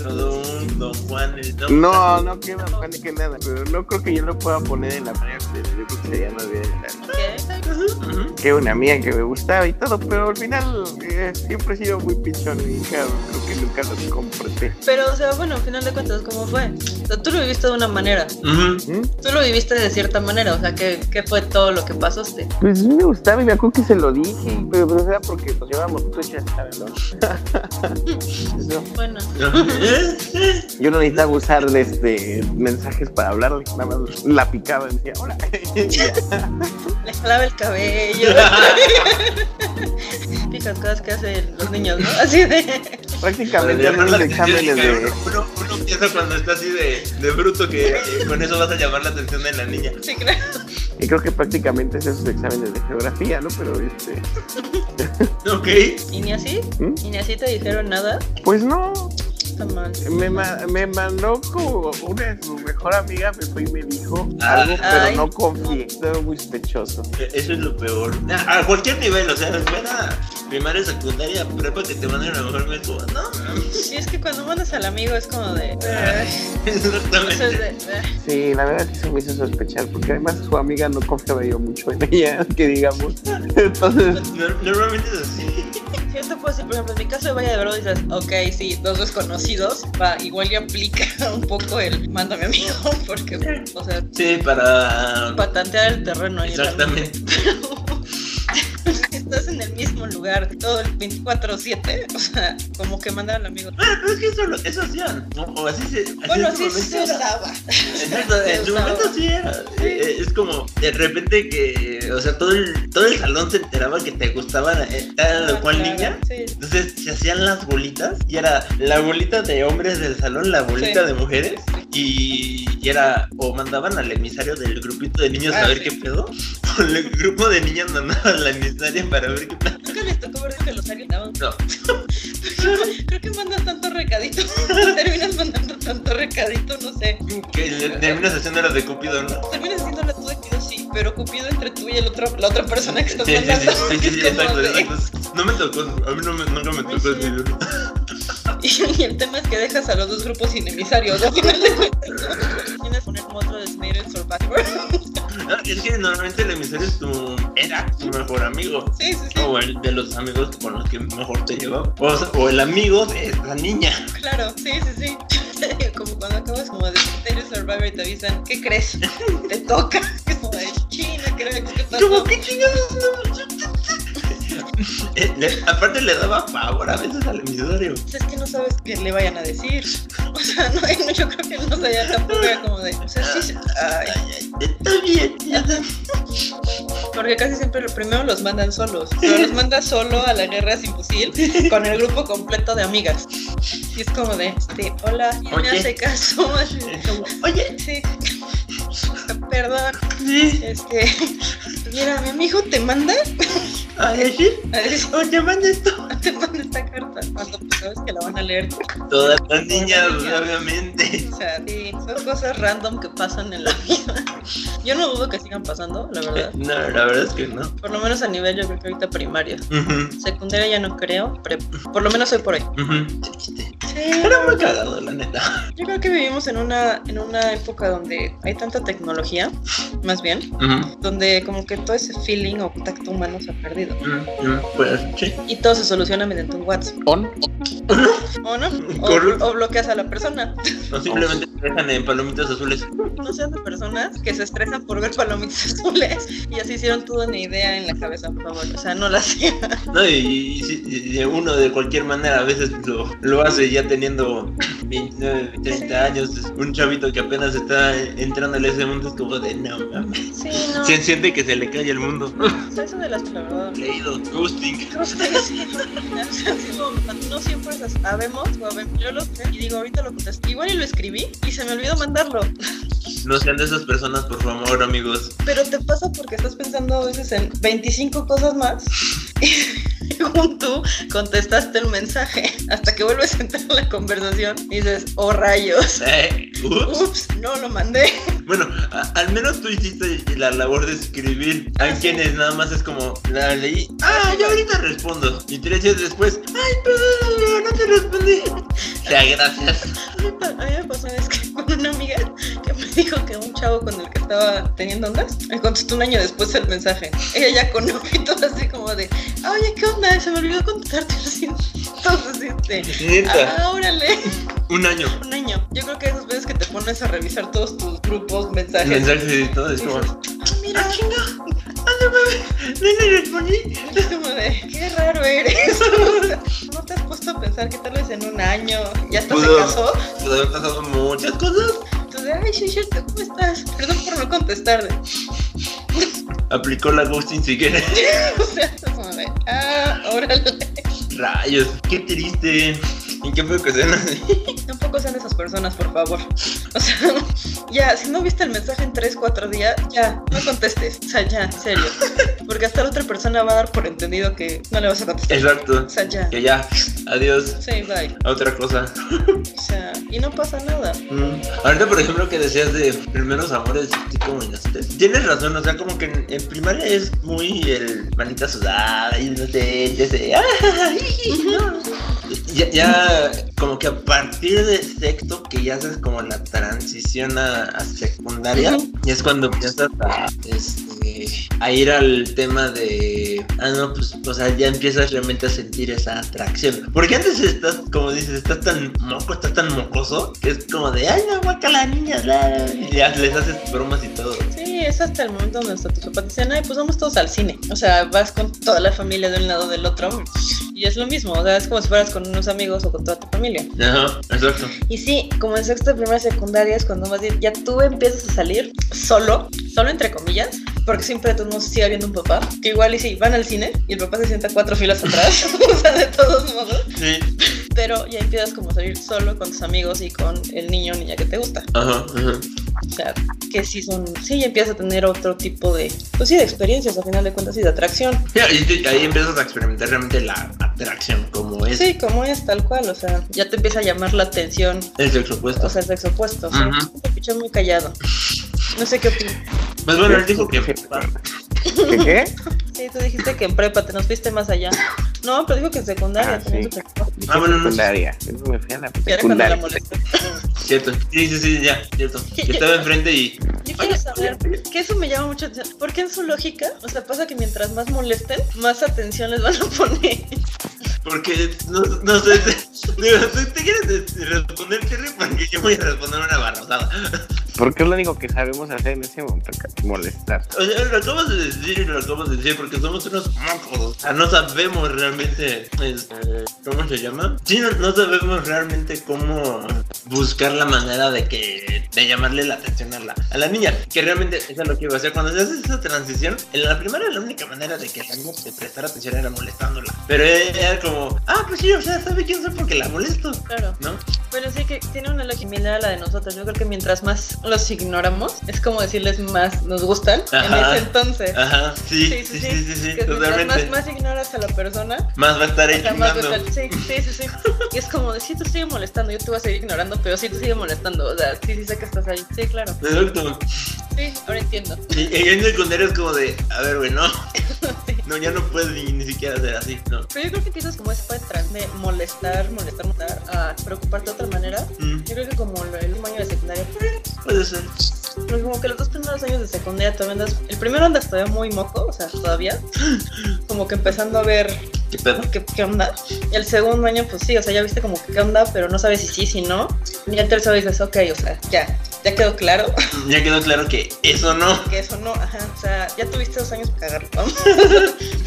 [SPEAKER 3] Todo un Don Juan. el-
[SPEAKER 4] No, no quiero que nada, pero no creo que yo lo pueda poner en la manera que yo creo sería más bien extraño.
[SPEAKER 2] ¿Qué?
[SPEAKER 3] Ujú.
[SPEAKER 4] Que una mía que me gustaba y todo, pero al final eh, siempre he sido muy pichón y nunca- creo que nunca los compré.
[SPEAKER 2] Pero, o sea, bueno, al final de cuentas, ¿cómo fue? O sea, tú lo viviste de una manera, <laughs>
[SPEAKER 3] Ujú.
[SPEAKER 4] ¿Mm?
[SPEAKER 2] tú lo viviste de cierta manera, o sea, ¿qué, qué fue todo lo que pasaste?
[SPEAKER 4] Pues sí me gustaba y me acuerdo que se lo dije, pero no sea porque nos llevamos truchas, ¿sabes? no? Eso.
[SPEAKER 2] Bueno, <laughs>
[SPEAKER 3] Eh, eh.
[SPEAKER 4] <laughs> Yo no necesitaba usar de este, mensajes para hablarle, nada más la picaba y decía, hola. <laughs>
[SPEAKER 2] le jalaba el <laughs> cabello. Típicas cosas que hacen los niños, ¿no? Así de. <laughs>
[SPEAKER 3] Para
[SPEAKER 4] Prácticamente
[SPEAKER 3] llamar
[SPEAKER 4] eran
[SPEAKER 3] la
[SPEAKER 4] los
[SPEAKER 3] atención, <laughs>
[SPEAKER 4] exámenes de...
[SPEAKER 3] cabrón. uno, uno piensa cuando está así de, de bruto que eh, con eso vas a llamar la atención de la niña.
[SPEAKER 2] Sí, claro.
[SPEAKER 4] Y creo que prácticamente es esos exámenes de geografía, ¿no? Pero este...
[SPEAKER 3] Ok. E,
[SPEAKER 2] ¿Y ni así?
[SPEAKER 4] ¿Mm?
[SPEAKER 2] ¿Y ni así te dijeron nada?
[SPEAKER 4] Pues no,
[SPEAKER 2] Está mal.
[SPEAKER 4] me, ma- me mandó como una de su mejor amiga, me fue y me dijo
[SPEAKER 3] Ah.
[SPEAKER 4] algo, pero
[SPEAKER 2] Ay.
[SPEAKER 4] no confié. Estaba muy sospechoso.
[SPEAKER 3] Eh, Eso es lo peor. Ah, A a cualquier nivel, o sea, fuera primaria, secundaria, prepa que te manden a lo mejor me es como, no, <laughs> mames.
[SPEAKER 2] Sí, es que cuando mandas al amigo es como de. "Ay", o sea,
[SPEAKER 3] exactamente.
[SPEAKER 2] es de, eh. "Ay".
[SPEAKER 4] Sí, la verdad sí se me hizo sospechar, porque además su amiga no confiaba yo mucho en ella, <laughs> que digamos. Entonces,
[SPEAKER 3] Nor- Normalmente es así.
[SPEAKER 2] Sí, yo te puedo decir, por ejemplo, en mi caso de Valle de Bravo dices, ok, sí, dos desconocidos, va, igual y aplica <laughs> un poco el mándame amigo, porque, o sea,
[SPEAKER 3] Sí, para.
[SPEAKER 2] patantear el terreno. y el
[SPEAKER 3] Exactamente.
[SPEAKER 2] <laughs>
[SPEAKER 3] <laughs>
[SPEAKER 2] Estás en el mismo lugar todo el 24-7, o sea, como que mandar al amigo.
[SPEAKER 3] Bueno, pero es que eso, lo- eso hacían. ¿no? O así se. así
[SPEAKER 2] Bueno,
[SPEAKER 3] en su
[SPEAKER 2] así se
[SPEAKER 3] momento era.
[SPEAKER 2] usaba.
[SPEAKER 3] Exacto, en
[SPEAKER 2] se
[SPEAKER 3] su
[SPEAKER 2] usaba.
[SPEAKER 3] momento sí era. Eh, eh, Es como de repente que, o sea, todo el, todo el salón se enteraba que te gustaba eh, tal o cual niña.
[SPEAKER 2] <laughs> Sí.
[SPEAKER 3] Entonces se hacían las bolitas y era la bolita de hombres del salón, la bolita
[SPEAKER 2] Sí.
[SPEAKER 3] de mujeres y, y era o mandaban al emisario del grupito de niños
[SPEAKER 2] Ah,
[SPEAKER 3] a ver
[SPEAKER 2] sí.
[SPEAKER 3] qué pedo <laughs> o el grupo de niñas mandaba al emisario para ver qué pedo.
[SPEAKER 2] Nunca les tocó ver que los alientaban.
[SPEAKER 3] No.
[SPEAKER 2] <laughs> Creo que mandas tanto recadito. <laughs> terminas mandando tanto recadito, no sé.
[SPEAKER 3] Que le- terminas haciendo las de Cupido, ¿no?
[SPEAKER 2] Terminas haciéndole tú de Cupido, sí, pero Cupido entre tú y el otro, la otra persona que estás
[SPEAKER 3] Sí, sí, sí,
[SPEAKER 2] <laughs> mandando.
[SPEAKER 3] sí, sí, sí,
[SPEAKER 2] Es como
[SPEAKER 3] exacto,
[SPEAKER 2] de-
[SPEAKER 3] exacto. No me tocó, a mí no me, nunca me
[SPEAKER 2] Ay,
[SPEAKER 3] tocó
[SPEAKER 2] Pues sí.
[SPEAKER 3] ese video.
[SPEAKER 2] <laughs> Y, el tema es que dejas a los dos grupos sin emisarios. Al final de cuentas, <laughs> tienes que poner como otro de Snare en Survivor.
[SPEAKER 3] No, es que normalmente el emisario es tu, era tu mejor amigo.
[SPEAKER 2] <laughs> Sí, sí, sí.
[SPEAKER 3] O el de los amigos con los que mejor te llevaba. O, sea, o el amigo de la niña. <laughs>
[SPEAKER 2] Claro, sí, sí, <laughs> sí. Como cuando acabas como de Snare en Survivor y te avisan, ¿qué crees? Te toca. <laughs> Es como de china, creo que pasó?
[SPEAKER 3] Como que chingados. Eh, le- aparte le daba favor a veces al emisario.
[SPEAKER 2] Pues es que no sabes qué le vayan a decir. <laughs> O sea, no, no, yo creo que no sabía tampoco era como de. O sea, sí, sí,
[SPEAKER 3] Ah,
[SPEAKER 2] ay.
[SPEAKER 3] Ay, ay, Está bien. ya está.
[SPEAKER 2] Porque casi siempre lo primero los mandan solos. Pero los manda solo a la guerra sin fusil con el grupo completo de amigas. Y es como de, este, hola, ¿quién me
[SPEAKER 3] Oye.
[SPEAKER 2] hace caso? <laughs>
[SPEAKER 3] Es como, Oye,
[SPEAKER 2] Sí. Perdón,
[SPEAKER 3] sí,
[SPEAKER 2] este. Mira, mi hijo te manda
[SPEAKER 3] a decir,
[SPEAKER 2] a decir,
[SPEAKER 3] oye, manda esto.
[SPEAKER 2] te manda esta carta. Cuando pues, sabes que la van a leer.
[SPEAKER 3] Todas las niñas, obviamente.
[SPEAKER 2] O sea, sí, son cosas random que pasan en la vida. Yo no dudo que sigan pasando, la verdad.
[SPEAKER 3] No, la verdad es que no.
[SPEAKER 2] Por lo menos a nivel, yo creo que ahorita primaria.
[SPEAKER 3] Ujú,
[SPEAKER 2] Secundaria ya no creo, pero por lo menos hoy por hoy.
[SPEAKER 3] ujú. Triste.
[SPEAKER 2] Sí,
[SPEAKER 3] Era muy cagado, la neta.
[SPEAKER 2] yo creo que vivimos en una, en una época donde hay tanta tecnología, más bien,
[SPEAKER 3] Ujú,
[SPEAKER 2] donde como que todo ese feeling o contacto humano se ha perdido.
[SPEAKER 3] ujú, ujú. Pues sí.
[SPEAKER 2] Y todo se soluciona mediante un WhatsApp.
[SPEAKER 4] ¿On?
[SPEAKER 2] ¿O no? O,
[SPEAKER 3] Correcto.
[SPEAKER 2] o bloqueas a la persona. <laughs>
[SPEAKER 3] O simplemente te dejan en palomitas azules.
[SPEAKER 2] No sean de personas que se estresan por ver palomitas <laughs> azules y así hicieron toda una idea en la cabeza, por favor. O sea, no la hacían.
[SPEAKER 3] No, y, y si- y uno de cualquier manera a veces lo, lo hace ya teniendo 29, 30 años, es un chavito que apenas está entrando en ese mundo es como de no mames.
[SPEAKER 2] Sí, no.
[SPEAKER 3] Se siente que se le cae el mundo.
[SPEAKER 2] Eso de las que la verdad.
[SPEAKER 3] Leído, ghosting.
[SPEAKER 2] <laughs> No sé, sí, o sea, sí, como, no siempre sa- sabemos, o a ver, yo lo sé y digo, ahorita lo contesto. Igual y lo escribí y se me olvidó mandarlo.
[SPEAKER 3] No sean de esas personas, por favor, amigos.
[SPEAKER 2] Pero te pasa porque estás pensando a veces en 25 cosas más y <laughs> según tú contestaste el mensaje hasta que vuelves a entrar en la conversación y dices, oh rayos,
[SPEAKER 3] Eh, ups.
[SPEAKER 2] ups, no lo mandé.
[SPEAKER 3] Bueno, a- al menos tú hiciste la labor de escribir. Hay
[SPEAKER 2] Ah, sí.
[SPEAKER 3] quienes nada más es como, la leí, ah, yo ahorita respondo. Y tres días después, ay, perdón, amigo, no te respondí. Ya, gracias.
[SPEAKER 2] A mí me pasó es que con una amiga que me dijo que un chavo con el que estaba teniendo ondas. Me contestó un año después el mensaje. Ella ya con ojitos así como de, oye, ¿qué onda? Se me olvidó contestarte recién. Entonces, este,
[SPEAKER 3] Neta,
[SPEAKER 2] ah, órale.
[SPEAKER 3] un año.
[SPEAKER 2] Un año. Yo creo que esas veces que te pones a revisar todos tus grupos, mensajes.
[SPEAKER 3] Mensajes y todo, es como.
[SPEAKER 2] Ah, mira,
[SPEAKER 3] No le respondí.
[SPEAKER 2] Es como de, qué raro eres. <laughs> O sea, no te has puesto a pensar que tal vez en un año ya hasta se
[SPEAKER 3] Pudo.
[SPEAKER 2] casó.
[SPEAKER 3] Pues habían pasado muchas cosas.
[SPEAKER 2] Tú de, ay, sí, es cierto, ¿cómo estás? Perdón por no <laughs> contestarle.
[SPEAKER 3] Aplicó la ghosting si quieres.
[SPEAKER 2] O sea, es como de, ah, órale.
[SPEAKER 3] Rayos, qué triste. ¿Y qué fue que sean así?
[SPEAKER 2] Tampoco sean esas personas, por favor. O sea, <laughs> ya, si no viste el mensaje en 3, 4 días, ya, no contestes. O sea, ya, en serio. Porque hasta la otra persona va a dar por entendido que no le vas a contestar.
[SPEAKER 3] <laughs> Exacto.
[SPEAKER 2] O sea, ya.
[SPEAKER 3] Que ya, adiós.
[SPEAKER 2] Sí, bye.
[SPEAKER 3] A otra cosa.
[SPEAKER 2] O sea, y no pasa nada.
[SPEAKER 3] Mm. Ahorita, por ejemplo, que decías de primeros amores, tipo Tienes razón, o sea, como que en, en primaria es muy el manita sudada y no sé, ya sé, ¡ah! Ya, ya, como que a partir de sexto, que ya haces como la transición a, a secundaria,
[SPEAKER 2] Ujú.
[SPEAKER 3] y es cuando empiezas a, este, a ir al tema de, ah, no, pues, o sea, ya empiezas realmente a sentir esa atracción. Porque antes estás, como dices, estás tan moco, estás tan mocoso, que es como de, ay, no, guacala, niñas, la, la", y ya les haces bromas y todo.
[SPEAKER 2] Sí, es hasta el momento donde hasta tus papás dicen, ay, pues vamos todos al cine. O sea, vas con toda la familia de un lado del otro. Y es lo mismo, o sea, es como si fueras con unos amigos o con toda tu familia.
[SPEAKER 3] Ajá, exacto.
[SPEAKER 2] Y sí, como en sexto de primera secundaria es cuando más bien ya tú empiezas a salir solo, solo entre comillas, porque siempre de todos modos sigue habiendo un papá, que igual y sí, van al cine y el papá se sienta cuatro filas atrás, <laughs> o sea, de todos modos,
[SPEAKER 3] Sí.
[SPEAKER 2] pero ya empiezas como a salir solo con tus amigos y con el niño o niña que te gusta.
[SPEAKER 3] Ajá, ajá.
[SPEAKER 2] O sea, que sí son, sí, ya empiezas a tener otro tipo de, pues sí, de experiencias, al final de cuentas, y de atracción.
[SPEAKER 3] Ya, y te- ahí empiezas a experimentar realmente la atracción, como es
[SPEAKER 2] Sí, como es tal cual, o sea, ya te empieza a llamar la atención,
[SPEAKER 3] el sexo opuesto.
[SPEAKER 2] o sea, el sexo opuesto. O sea,
[SPEAKER 3] Ajá.
[SPEAKER 2] es un pichón muy callado. No sé qué opinas.
[SPEAKER 3] Pues bueno, él dijo que.
[SPEAKER 4] ¿Qué? qué?
[SPEAKER 2] Sí, tú dijiste que en prepa te nos fuiste más allá. No, pero dijo que en secundaria
[SPEAKER 4] Ah,
[SPEAKER 2] también
[SPEAKER 4] sí.
[SPEAKER 2] se te-
[SPEAKER 4] Dije
[SPEAKER 3] Ah, bueno, no sé.
[SPEAKER 4] secundaria. Eso me fui a la
[SPEAKER 2] que era cuando la
[SPEAKER 4] secundaria.
[SPEAKER 2] molesté.
[SPEAKER 3] Cierto. Sí, sí, sí, ya, cierto.
[SPEAKER 2] ¿Qué-
[SPEAKER 3] Que estaba enfrente y.
[SPEAKER 2] Yo quiero saber, que eso me llama mucho atención. Porque en su lógica, o sea, pasa que mientras más molesten, más atención les van a poner.
[SPEAKER 3] Porque no, no sé. <laughs> te- Digo, ¿tú te quieres este, responder, Terry? Porque yo voy a responder una barrosada.
[SPEAKER 4] Porque es lo único que sabemos hacer en ese momento, que molestar.
[SPEAKER 3] O sea, lo acabas de decir y lo acabas de decir porque somos unos mocos. O sea, no sabemos realmente. este, ¿Cómo se llama? Sí, no, no sabemos realmente cómo buscar la manera de que. de llamarle la atención a la, a la niña. Que realmente eso es lo que iba a hacer. Cuando se hace esa transición, en la primera la única manera de que la niña te prestara atención era molestándola. Pero era como, ah, pues sí, o sea, sabe quién soy porque la molesto.
[SPEAKER 2] Claro.
[SPEAKER 3] ¿No?
[SPEAKER 2] Bueno, sí que tiene una lógica similar a la de nosotros. Yo creo que mientras más los ignoramos, es como decirles más nos gustan
[SPEAKER 3] Ajá.
[SPEAKER 2] en ese entonces.
[SPEAKER 3] Ajá, sí, sí, sí, sí, sí,
[SPEAKER 2] que mientras
[SPEAKER 3] totalmente.
[SPEAKER 2] más, más ignoras a la persona,
[SPEAKER 3] Más va a estar
[SPEAKER 2] o sea, más
[SPEAKER 3] estimando.
[SPEAKER 2] brutal. Sí, sí, sí, sí.
[SPEAKER 3] <laughs>
[SPEAKER 2] Y es como, sí, te sigue molestando, yo te voy a seguir ignorando, pero sí te sigue molestando. O sea, sí, sí sé que estás ahí. Sí, claro.
[SPEAKER 3] Exacto.
[SPEAKER 2] Sí, ahora entiendo. <laughs>
[SPEAKER 3] Y y en secundaria es como de, a ver, güey, no. No, ya no puedes ni, ni siquiera hacer así, no.
[SPEAKER 2] Pero yo creo que empiezas como ese patrón de molestar, molestar, molestar, a preocuparte de otra manera.
[SPEAKER 3] Mm,
[SPEAKER 2] Yo creo que como lo- el último año de secundaria,
[SPEAKER 3] puede ser.
[SPEAKER 2] Pero Pues como que los dos primeros años de secundaria todavía andas. El primero andas todavía muy moco, o sea, todavía. <laughs> Como que empezando a ver
[SPEAKER 3] ¿Qué pedo?
[SPEAKER 2] qué, qué onda. Y el segundo año, pues sí, o sea, ya viste como que qué onda, pero no sabes si sí, si no. Y el tercero dices, ok, o sea, ya, ya quedó claro <laughs>
[SPEAKER 3] Ya quedó claro que eso no.
[SPEAKER 2] que eso no, ajá, o sea, ya tuviste dos años para cagarlo, <laughs> vamos.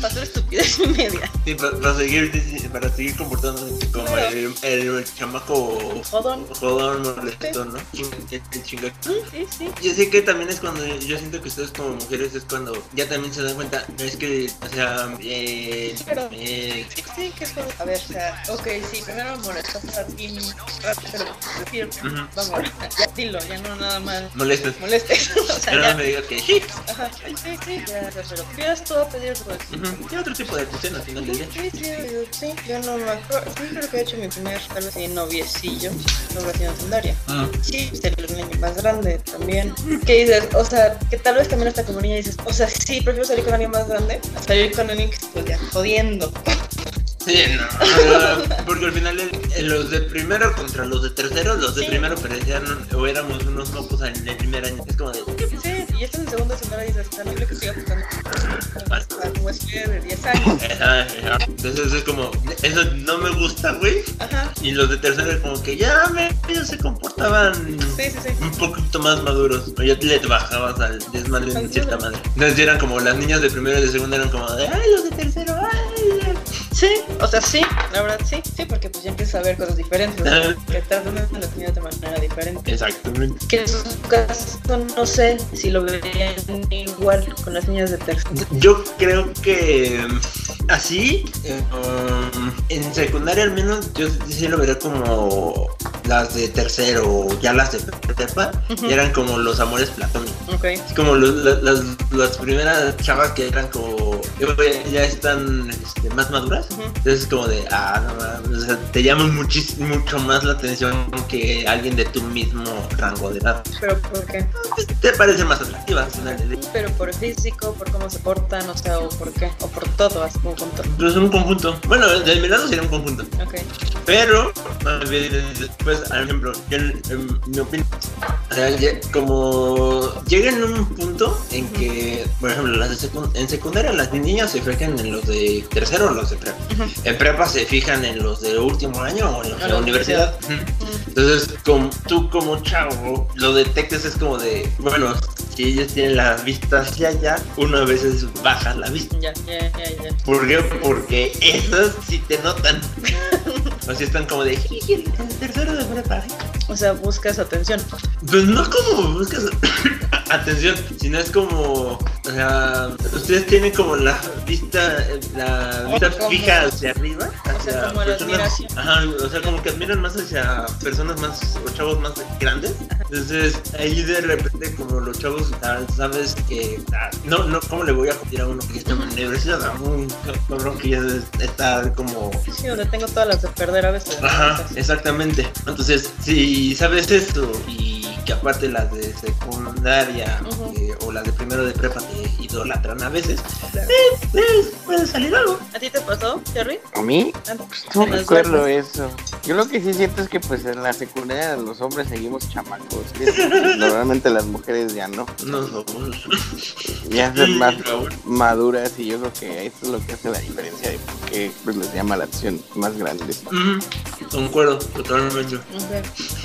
[SPEAKER 2] para hacer estupidez <laughs> y media.
[SPEAKER 3] Sí, pa- para, seguir, para seguir comportándose como
[SPEAKER 2] Claro.
[SPEAKER 3] el, el, el chamaco
[SPEAKER 2] Jodón.
[SPEAKER 3] jodón molesto, ¿no? El, el chingón.
[SPEAKER 2] Sí, sí.
[SPEAKER 3] Yo sé que también es cuando yo siento que ustedes como mujeres es cuando ya también se dan cuenta, es que, o sea, eh,
[SPEAKER 2] Pero-
[SPEAKER 3] eh,
[SPEAKER 2] Sí, que es como, a ver, o sea, ok, sí, primero me molestaste a ti, pero decir,
[SPEAKER 3] ujú,
[SPEAKER 2] vamos, ya dilo, ya no nada más
[SPEAKER 3] molestas.
[SPEAKER 2] molestes, <laughs> o sea,
[SPEAKER 3] Pero no
[SPEAKER 2] ya,
[SPEAKER 3] me digas que sí,
[SPEAKER 2] Ajá, sí, sí, sí, ya, ya, pero pidas todo a pedir pues.
[SPEAKER 3] ujú, tiene otro tipo de atención al final del día.
[SPEAKER 2] Sí, sí, sí, sí, yo no me acuerdo. Sí, creo que he hecho mi primer tal vez sí, noviecillo, luego en secundaria.
[SPEAKER 3] Mm.
[SPEAKER 2] Sí, pues, el niño más grande también. ¿Qué dices? O sea, que tal vez también hasta como niña dices, o sea, sí, prefiero salir con alguien más grande a salir con alguien que estoy ya jodiendo.
[SPEAKER 3] Sí, no. Porque al final el- los de primero contra los de tercero, los de
[SPEAKER 2] Sí.
[SPEAKER 3] primero parecían o éramos unos mocos en el primer año. Es como de,
[SPEAKER 2] Sí, y ya estás en segundo de secundaria y dices, tan libre que estoy apostando a tu huésped de 10 años.
[SPEAKER 3] Ajá, ajá. Entonces es como, eso no me gusta, güey.
[SPEAKER 2] Ajá,
[SPEAKER 3] Y los de tercero es como que ya me, ellos se comportaban
[SPEAKER 2] sí, sí, sí.
[SPEAKER 3] un poquito más maduros. O ya te le bajabas al desmadre de cierta manera. Entonces ya eran como las niñas de primero y de segundo eran como de, ay, los de tercero, ay.
[SPEAKER 2] Sí, o sea, sí, la verdad sí, sí, porque pues ya empiezas a ver cosas diferentes, o sea, que tratan de la comida de manera diferente.
[SPEAKER 3] Exactamente.
[SPEAKER 2] Que en sus casos no sé si lo verían igual con las niñas de tercero.
[SPEAKER 3] Yo creo que mm, así, eh, um, en secundaria al menos, yo sí lo vería como las de tercero o ya las de prepa,
[SPEAKER 2] Ujú.
[SPEAKER 3] y eran como los amores platónicos.
[SPEAKER 2] Ok.
[SPEAKER 3] Es como los- la- las, las primeras chavas que eran como yo creo que ya están este, más maduras.
[SPEAKER 2] ujú.
[SPEAKER 3] Entonces es como de, ah, no mames, o sea, te llama muchis- mucho más la atención que alguien de tu mismo rango de edad.
[SPEAKER 2] Pero por qué?
[SPEAKER 3] Pues, te parece más atractiva. al final del día.
[SPEAKER 2] Pero por físico, por cómo se portan, o sea, o por qué, o por todo, así como con todo.
[SPEAKER 3] Pues un conjunto. Bueno, de mi lado sería un conjunto.
[SPEAKER 2] Ok.
[SPEAKER 3] Pero, más bien, después, por ejemplo, yo, en- en mi opinión, o sea, ya- como llega en un punto en que, por ejemplo, las de secun- en secundaria las niñas se fijan en los de tercero o los de prepa.
[SPEAKER 2] Ujú.
[SPEAKER 3] En prepa se fijan en los de último año o en los
[SPEAKER 2] A
[SPEAKER 3] de
[SPEAKER 2] la
[SPEAKER 3] la universidad.
[SPEAKER 2] Mm,
[SPEAKER 3] Entonces, como, tú como chavo, lo detectas es como de, bueno, si ellos tienen las vistas hacia allá, uno a veces baja la vista.
[SPEAKER 2] Ya, ya, ya, ya.
[SPEAKER 3] ¿Por qué? Porque esas sí te notan. <laughs> o sea, están como de "Jiji, el tercero de prepa.
[SPEAKER 2] O sea, buscas atención.
[SPEAKER 3] Pues no como buscas <coughs> atención, sino es como, o sea, ustedes tienen como la vista, la vista
[SPEAKER 2] Como-
[SPEAKER 3] fija hacia arriba.
[SPEAKER 2] sea,
[SPEAKER 3] Hacia
[SPEAKER 2] como la admiración.
[SPEAKER 3] ajá, o sea, como que admiran más hacia personas más, o chavos más grandes. Entonces, ahí de repente como los chavos, ah, sabes que, ah, no, no, ¿cómo le voy a copiar a uno que ya está en la universidad? A un cabrón que ya está como
[SPEAKER 2] Sí, donde tengo todas las de perder a veces.
[SPEAKER 3] Ajá,
[SPEAKER 2] Entonces,
[SPEAKER 3] exactamente. Entonces, si sabes esto y que aparte las de secundaria
[SPEAKER 2] Ujú.
[SPEAKER 3] eh, o las de primero de prepa te idolatran a veces,
[SPEAKER 2] claro.
[SPEAKER 3] pues, puede salir algo.
[SPEAKER 2] ¿A ti te pasó, Jerry?
[SPEAKER 4] ¿A mí?
[SPEAKER 2] Antes.
[SPEAKER 4] Ah, No
[SPEAKER 2] En las
[SPEAKER 4] recuerdo
[SPEAKER 2] huertas.
[SPEAKER 4] eso. Yo lo que sí siento es que pues en la secundaria los hombres seguimos chamacos. ¿sí? Normalmente las mujeres ya no.
[SPEAKER 3] No somos.
[SPEAKER 4] Ya son más
[SPEAKER 3] Raúl.
[SPEAKER 4] maduras y yo creo que eso es lo que hace la diferencia de por qué pues, les llama la acción más grande.
[SPEAKER 3] <laughs> Ujú, Concuerdo, totalmente.
[SPEAKER 2] Ok.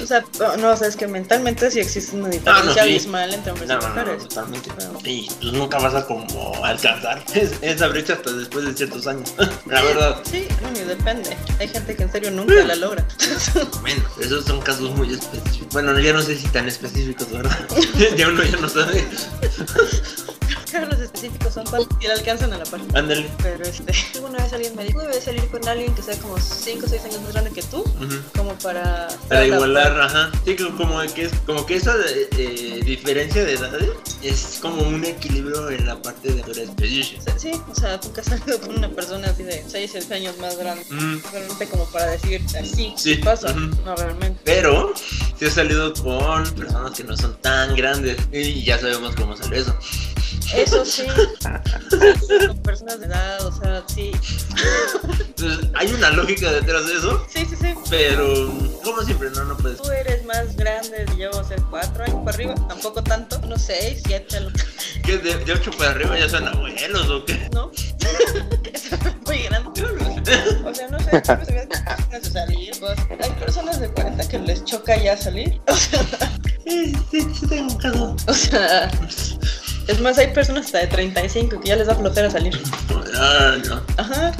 [SPEAKER 2] O sea, no, no, o sea, es que mentalmente sí existe una diferencia
[SPEAKER 3] Ah, sí.
[SPEAKER 2] abismal entre hombres
[SPEAKER 3] No,
[SPEAKER 2] y
[SPEAKER 3] no, no,
[SPEAKER 2] mujeres.
[SPEAKER 3] totalmente. Y tú nunca vas a como alcanzar <laughs> es- esa brecha hasta después de ciertos años. <laughs> La verdad,
[SPEAKER 2] Sí, bueno, y depende. Hay gente que en serio nunca la logra. <laughs>
[SPEAKER 3] bueno, esos son casos muy específicos. Bueno, ya no sé si tan específicos, ¿verdad? <laughs> ya uno ya no sabe.
[SPEAKER 2] Los específicos son para que la alcanzan a la par.
[SPEAKER 3] Ándale.
[SPEAKER 2] Pero este, alguna vez alguien me dijo, debes salir con alguien que sea como 5 o 6 años más grande que tú,
[SPEAKER 3] Ujú.
[SPEAKER 2] como para...
[SPEAKER 3] Para igualar, ajá. Sí, como- como que, es, como que esa eh, diferencia de edades es como un equilibrio en la parte de la expedition.
[SPEAKER 2] Sí, o sea, tú que has salido con una persona así de 6 o 6 años más grande.
[SPEAKER 3] Mm,
[SPEAKER 2] Realmente como para decir, así
[SPEAKER 3] Sí,
[SPEAKER 2] pasa.
[SPEAKER 3] ujú.
[SPEAKER 2] No, realmente.
[SPEAKER 3] Pero sí he salido con personas que no son tan grandes y ya sabemos cómo salió eso.
[SPEAKER 2] Eso
[SPEAKER 3] <laughs>
[SPEAKER 2] sí. con personas de edad, o sea, sí.
[SPEAKER 3] Entonces, hay una lógica detrás de eso,
[SPEAKER 2] Sí, sí, sí.
[SPEAKER 3] pero como siempre, no, no puedes.
[SPEAKER 2] Tú eres más grande, yo, o sea, 4 años para arriba, tampoco tanto. No 6, 7,
[SPEAKER 3] ¿Qué? De, de ocho para arriba ya son abuelos o qué?
[SPEAKER 2] ¿no? <laughs> Eso es muy grande.
[SPEAKER 3] Yo no sé.
[SPEAKER 2] O sea, no sé, siempre se ve que hay personas de salir, pues. Hay personas de 40 que les choca ya salir. <laughs> O sea,
[SPEAKER 3] Sí, sí, sí tengo un caso.
[SPEAKER 2] o sea, es más, hay personas hasta de 35 que ya les da flojera salir.
[SPEAKER 3] Ah, no.
[SPEAKER 2] Ajá.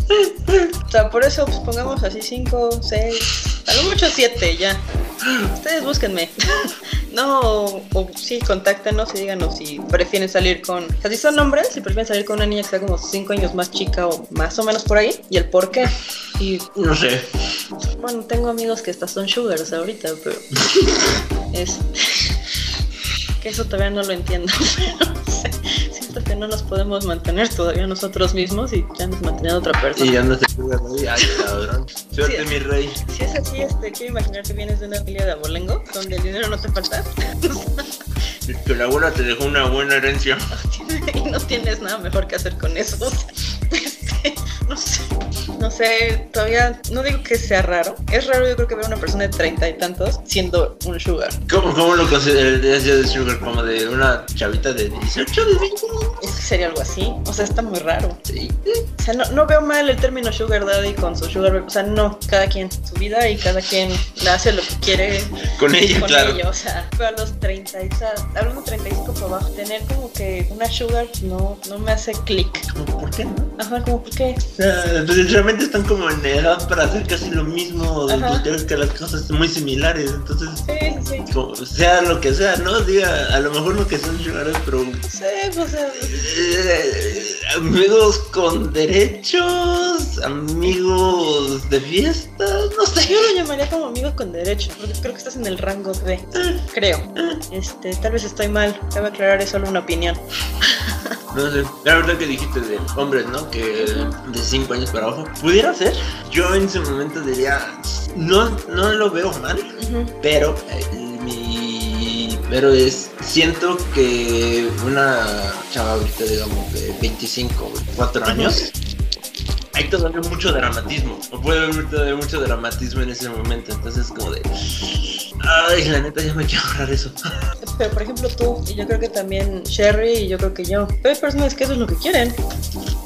[SPEAKER 2] O sea, por eso, pues pongamos así 5, 6, a lo mucho 7 ya. Ustedes búsquenme. <laughs> No, o, o sí, contáctenos y díganos si prefieren salir con. O sea, si son hombres, si prefieren salir con una niña que sea como 5 años más chica o más o menos por ahí, y el por qué. Y
[SPEAKER 3] No sé.
[SPEAKER 2] Bueno, tengo amigos que hasta son sugars ahorita, pero. <laughs> es... que eso todavía no lo entiendo. <laughs> pero no sé, Siento que no nos podemos mantener todavía nosotros mismos y ya nos mantiene otra
[SPEAKER 3] Y
[SPEAKER 2] persona.
[SPEAKER 3] ya no se puede reír. Ay, cabrón. Suerte,
[SPEAKER 2] Sí.
[SPEAKER 3] mi rey.
[SPEAKER 2] Si es así, este, quiero imaginar que vienes de una familia de abolengo, donde el dinero no te falta <laughs>
[SPEAKER 3] Que la abuela te dejó una buena herencia.
[SPEAKER 2] <laughs> y no tienes nada mejor que hacer con eso. o sea, este, No sé. No sé, todavía no digo que sea raro. Es raro yo creo que ver a una persona de treinta y tantos siendo un sugar.
[SPEAKER 3] ¿Cómo, cómo lo considerarías de Sugar? ¿Como de una chavita de 18, de 20?
[SPEAKER 2] Es que sería algo así. O sea, está muy raro.
[SPEAKER 3] Sí.
[SPEAKER 2] O sea, no, no veo mal el término sugar daddy con su sugar baby. O sea, no. Cada quien su vida y cada quien la hace lo que quiere
[SPEAKER 3] Con ella,
[SPEAKER 2] con
[SPEAKER 3] claro.
[SPEAKER 2] ello, o sea, pero a los 30, y- o sea, hablando de 35 para abajo, tener como que una sugar no, no me hace clic.
[SPEAKER 3] ¿Por qué no?
[SPEAKER 2] Ajá, como por qué.
[SPEAKER 3] O sea, pues realmente están como en edad para hacer casi lo mismo,
[SPEAKER 2] Ajá.
[SPEAKER 3] pues, ya ves que las cosas son muy similares, entonces
[SPEAKER 2] Sí, sí,
[SPEAKER 3] como sea lo que sea, ¿no? Diga, a lo mejor lo que son sugares, pero
[SPEAKER 2] sí. pues, Sí, o sea,
[SPEAKER 3] eh, amigos con derechos, amigos de fiestas, no sé.
[SPEAKER 2] yo lo llamaría como amigos con derecho, porque creo que estás en el rango B, creo. Este, tal vez estoy mal, cabe aclarar, es solo una opinión.
[SPEAKER 3] No sé, la verdad que dijiste de hombres, ¿no? Que de 5 años para abajo. ¿Pudiera ser? Yo en ese momento diría, no, no lo veo mal,
[SPEAKER 2] Ujú.
[SPEAKER 3] pero eh, mi pero es siento que una chava ahorita digamos de 25 4 años hay todavía mucho dramatismo o puede haber todavía mucho dramatismo en ese momento entonces como de ay la neta ya me quiero ahorrar eso
[SPEAKER 2] Pero por ejemplo tú, y yo creo que también Sherry, y yo creo que yo. Pero hay personas que eso es lo que quieren.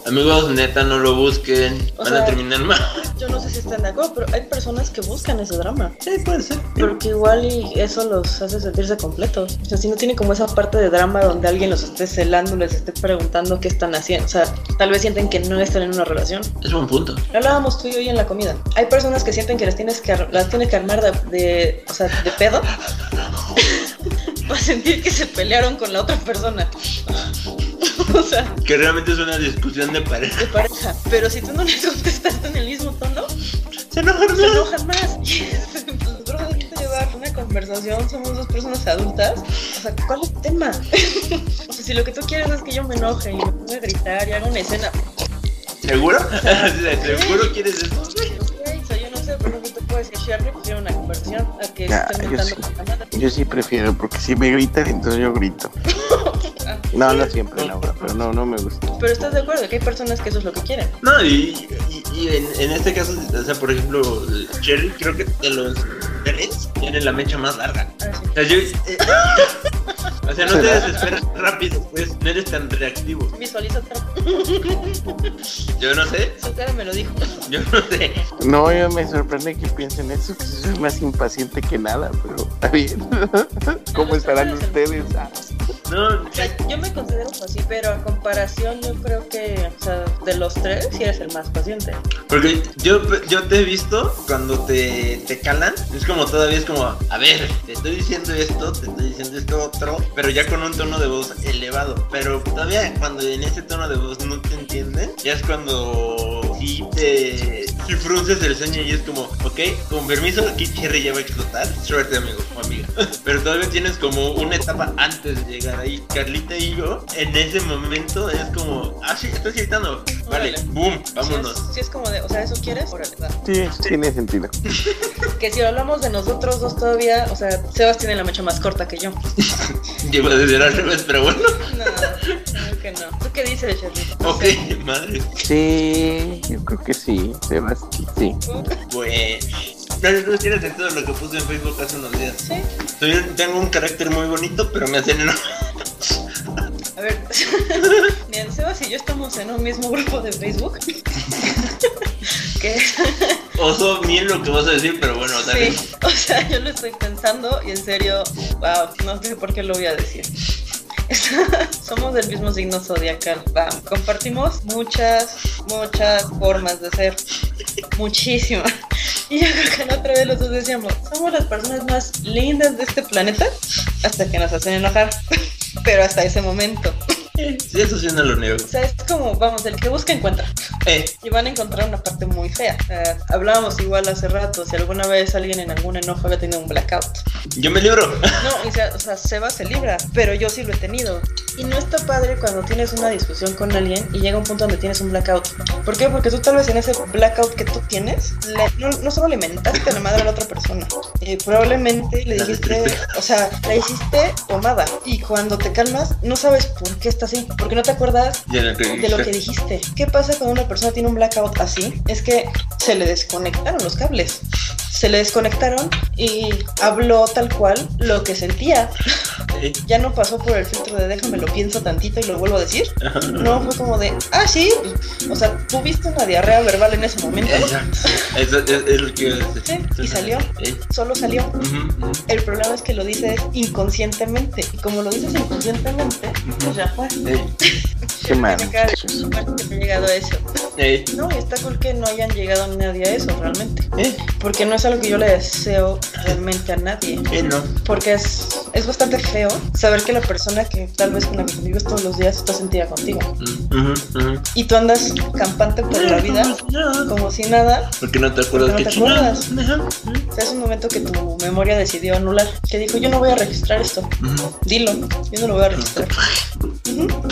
[SPEAKER 3] amigos neta no lo busquen
[SPEAKER 2] O
[SPEAKER 3] van a
[SPEAKER 2] sea-
[SPEAKER 3] terminar mal
[SPEAKER 2] Yo no sé si están de acuerdo, pero hay personas que buscan ese drama.
[SPEAKER 3] sí puede ser
[SPEAKER 2] Porque igual y eso los hace sentirse completos. O sea, si no tiene como esa parte de drama donde alguien los esté celando, les esté preguntando qué están haciendo. O sea, tal vez sienten que no están en una relación.
[SPEAKER 3] es buen punto
[SPEAKER 2] Lo hablábamos tú y yo hoy en la comida. Hay personas que sienten que las tienes que, ar- las tienes que armar de, de- o sea, de pedo <laughs> para sentir que se pelearon con la otra persona. <laughs> o sea,
[SPEAKER 3] que realmente es una discusión de pareja
[SPEAKER 2] de pareja. Pero si tú no les contestaste en el mismo tono,
[SPEAKER 3] <laughs> se enojan
[SPEAKER 2] se
[SPEAKER 3] más.
[SPEAKER 2] enojan más. <laughs> Los bros, déjate llevar una conversación, somos dos personas adultas. O sea, ¿cuál es el tema? o sea, si lo que tú quieres es que yo me enoje y me ponga a gritar y haga una escena,
[SPEAKER 3] <laughs> seguro seguro quieres eso
[SPEAKER 2] pues, ok, o sea, yo no sé, por ejemplo, te puedo decir, Sherry, prefiero pues, una conversación a que
[SPEAKER 4] Ah,
[SPEAKER 2] estén
[SPEAKER 4] yo
[SPEAKER 2] gritando con la nada.
[SPEAKER 4] Yo sí prefiero, porque si me gritan, entonces yo grito.
[SPEAKER 2] Ah,
[SPEAKER 4] No, no siempre, Laura, pero no, no me gusta.
[SPEAKER 2] Pero estás de acuerdo que hay personas que eso es lo que quieren.
[SPEAKER 3] No, y, y- y en, en este caso, o sea, por ejemplo, Cherry, creo que de los tres tiene la mecha más larga.
[SPEAKER 2] Ah, sí.
[SPEAKER 3] O sea, yo- <laughs> eh, o sea, no te desesperas rápido, pues no eres tan reactivo.
[SPEAKER 2] Visualiza otra-
[SPEAKER 3] Yo no sé,
[SPEAKER 2] su cara me lo dijo.
[SPEAKER 3] yo no sé.
[SPEAKER 4] No, yo me sorprende que piensen eso, que soy más impaciente que nada, pero está bien. <laughs> ¿Cómo estarán ustedes? Ah,
[SPEAKER 3] No,
[SPEAKER 2] O sea, yo me considero así, pero a comparación yo creo que, o sea, de los tres, sí eres el más paciente.
[SPEAKER 3] porque yo, yo te he visto cuando te, te calan, es como todavía es como, a ver, te estoy diciendo esto, te estoy diciendo esto otro, pero ya con un tono de voz elevado. Pero todavía cuando en ese tono de voz no te entienden, ya es cuando sí te sí frunces el sueño y es como, ok, con permiso, aquí Cherry ya va a explotar. Suerte, amigo o amiga. <laughs> Pero todavía tienes como una etapa antes de llegar ahí. Carlita y yo, en ese momento es como, ah, sí, estás gritando. Vale,
[SPEAKER 2] Órale.
[SPEAKER 3] boom,
[SPEAKER 2] Si
[SPEAKER 3] vámonos.
[SPEAKER 2] es, sí es como de, o sea, ¿eso quieres? Órale, va.
[SPEAKER 4] Sí, tiene sentido.
[SPEAKER 2] Que si hablamos de nosotros dos todavía, o sea, Sebas tiene la mecha más corta que yo.
[SPEAKER 3] <laughs> Llevo a decir al revés, pero bueno.
[SPEAKER 2] <laughs> No, creo que no. ¿Tú qué dices, Sherry? No
[SPEAKER 3] Ok,
[SPEAKER 2] sé.
[SPEAKER 3] madre.
[SPEAKER 4] Sí, yo creo que sí, Sebas, sí.
[SPEAKER 3] Pues. No, no tiene sentido lo que puse en Facebook hace unos días.
[SPEAKER 2] Sí.
[SPEAKER 3] Soy- tengo un carácter muy bonito, pero me hacen enojar.
[SPEAKER 2] A ver, <laughs> ni el Sebas y yo estamos en un mismo grupo de Facebook. que
[SPEAKER 3] Oso bien lo que vas a decir, pero bueno, dale.
[SPEAKER 2] sí, <laughs> o sea, yo lo estoy pensando y en serio, wow, no sé por qué lo voy a decir. <laughs> Somos del mismo signo zodiacal, vamos. Compartimos muchas, muchas formas de ser, muchísimas. <laughs> Y yo creo que la otra vez los dos decíamos, somos las personas más lindas de este planeta hasta que nos hacen enojar, <laughs> pero hasta ese momento.
[SPEAKER 3] Sí, eso sí no lo niego.
[SPEAKER 2] O sea, es como, vamos, el que busca encuentra.
[SPEAKER 3] Eh,
[SPEAKER 2] Y van a encontrar una parte muy fea. Eh, hablábamos igual hace rato, si alguna vez alguien en algún enojo había tenido un blackout.
[SPEAKER 3] Yo me libro. <laughs>
[SPEAKER 2] No, o sea, o sea, Seba se libra, pero yo sí lo he tenido. Y no está padre cuando tienes una discusión con alguien y llega un punto donde tienes un blackout. ¿Por qué? Porque tú tal vez en ese blackout que tú tienes, le- no, no solo alimentaste la madre a la otra persona, eh, probablemente le
[SPEAKER 3] La
[SPEAKER 2] dijiste,
[SPEAKER 3] destruiste.
[SPEAKER 2] o sea, la hiciste pomada. Y cuando te calmas, no sabes por qué está así, porque no te acuerdas
[SPEAKER 3] Ya lo que
[SPEAKER 2] de lo que
[SPEAKER 3] dijiste.
[SPEAKER 2] dijiste. ¿Qué pasa cuando una persona tiene un blackout así? Es que se le desconectaron los cables. Se le desconectaron y habló tal cual lo que sentía.
[SPEAKER 3] Sí.
[SPEAKER 2] Ya no pasó por el filtro de déjame lo pienso tantito y lo vuelvo a decir.
[SPEAKER 3] Ajá.
[SPEAKER 2] No fue como de, ah, sí. O sea, tuviste una diarrea verbal en ese momento.
[SPEAKER 3] Exacto. Eso es, es lo que iba a decir.
[SPEAKER 2] Sí, y salió.
[SPEAKER 3] Sí.
[SPEAKER 2] Solo salió.
[SPEAKER 3] Ujú, ujú.
[SPEAKER 2] El problema es que lo dices inconscientemente. Y como lo dices inconscientemente, pues ya fue.
[SPEAKER 3] Sí.
[SPEAKER 4] Qué mal,
[SPEAKER 2] Acá-
[SPEAKER 4] muchachos.
[SPEAKER 2] Bueno, que he llegado a eso. Pues
[SPEAKER 3] Sí.
[SPEAKER 2] No, y está cool que no hayan llegado nadie a eso realmente.
[SPEAKER 3] Sí.
[SPEAKER 2] porque no es algo que yo le deseo realmente a nadie.
[SPEAKER 3] Sí, eh, no.
[SPEAKER 2] Porque es, es bastante feo saber que la persona que tal vez con la que vives todos los días está sentida contigo.
[SPEAKER 3] Mm, Ujú, ujú.
[SPEAKER 2] Y tú andas campante por la vida como si nada.
[SPEAKER 3] Porque no te acuerdas
[SPEAKER 2] Porque no
[SPEAKER 3] que
[SPEAKER 2] te
[SPEAKER 3] chingados. Ajá.
[SPEAKER 2] O sea, es un momento que tu memoria decidió anular. Que dijo, yo no voy a registrar esto.
[SPEAKER 3] Ujú.
[SPEAKER 2] Dilo, yo no lo voy a registrar. Ujú,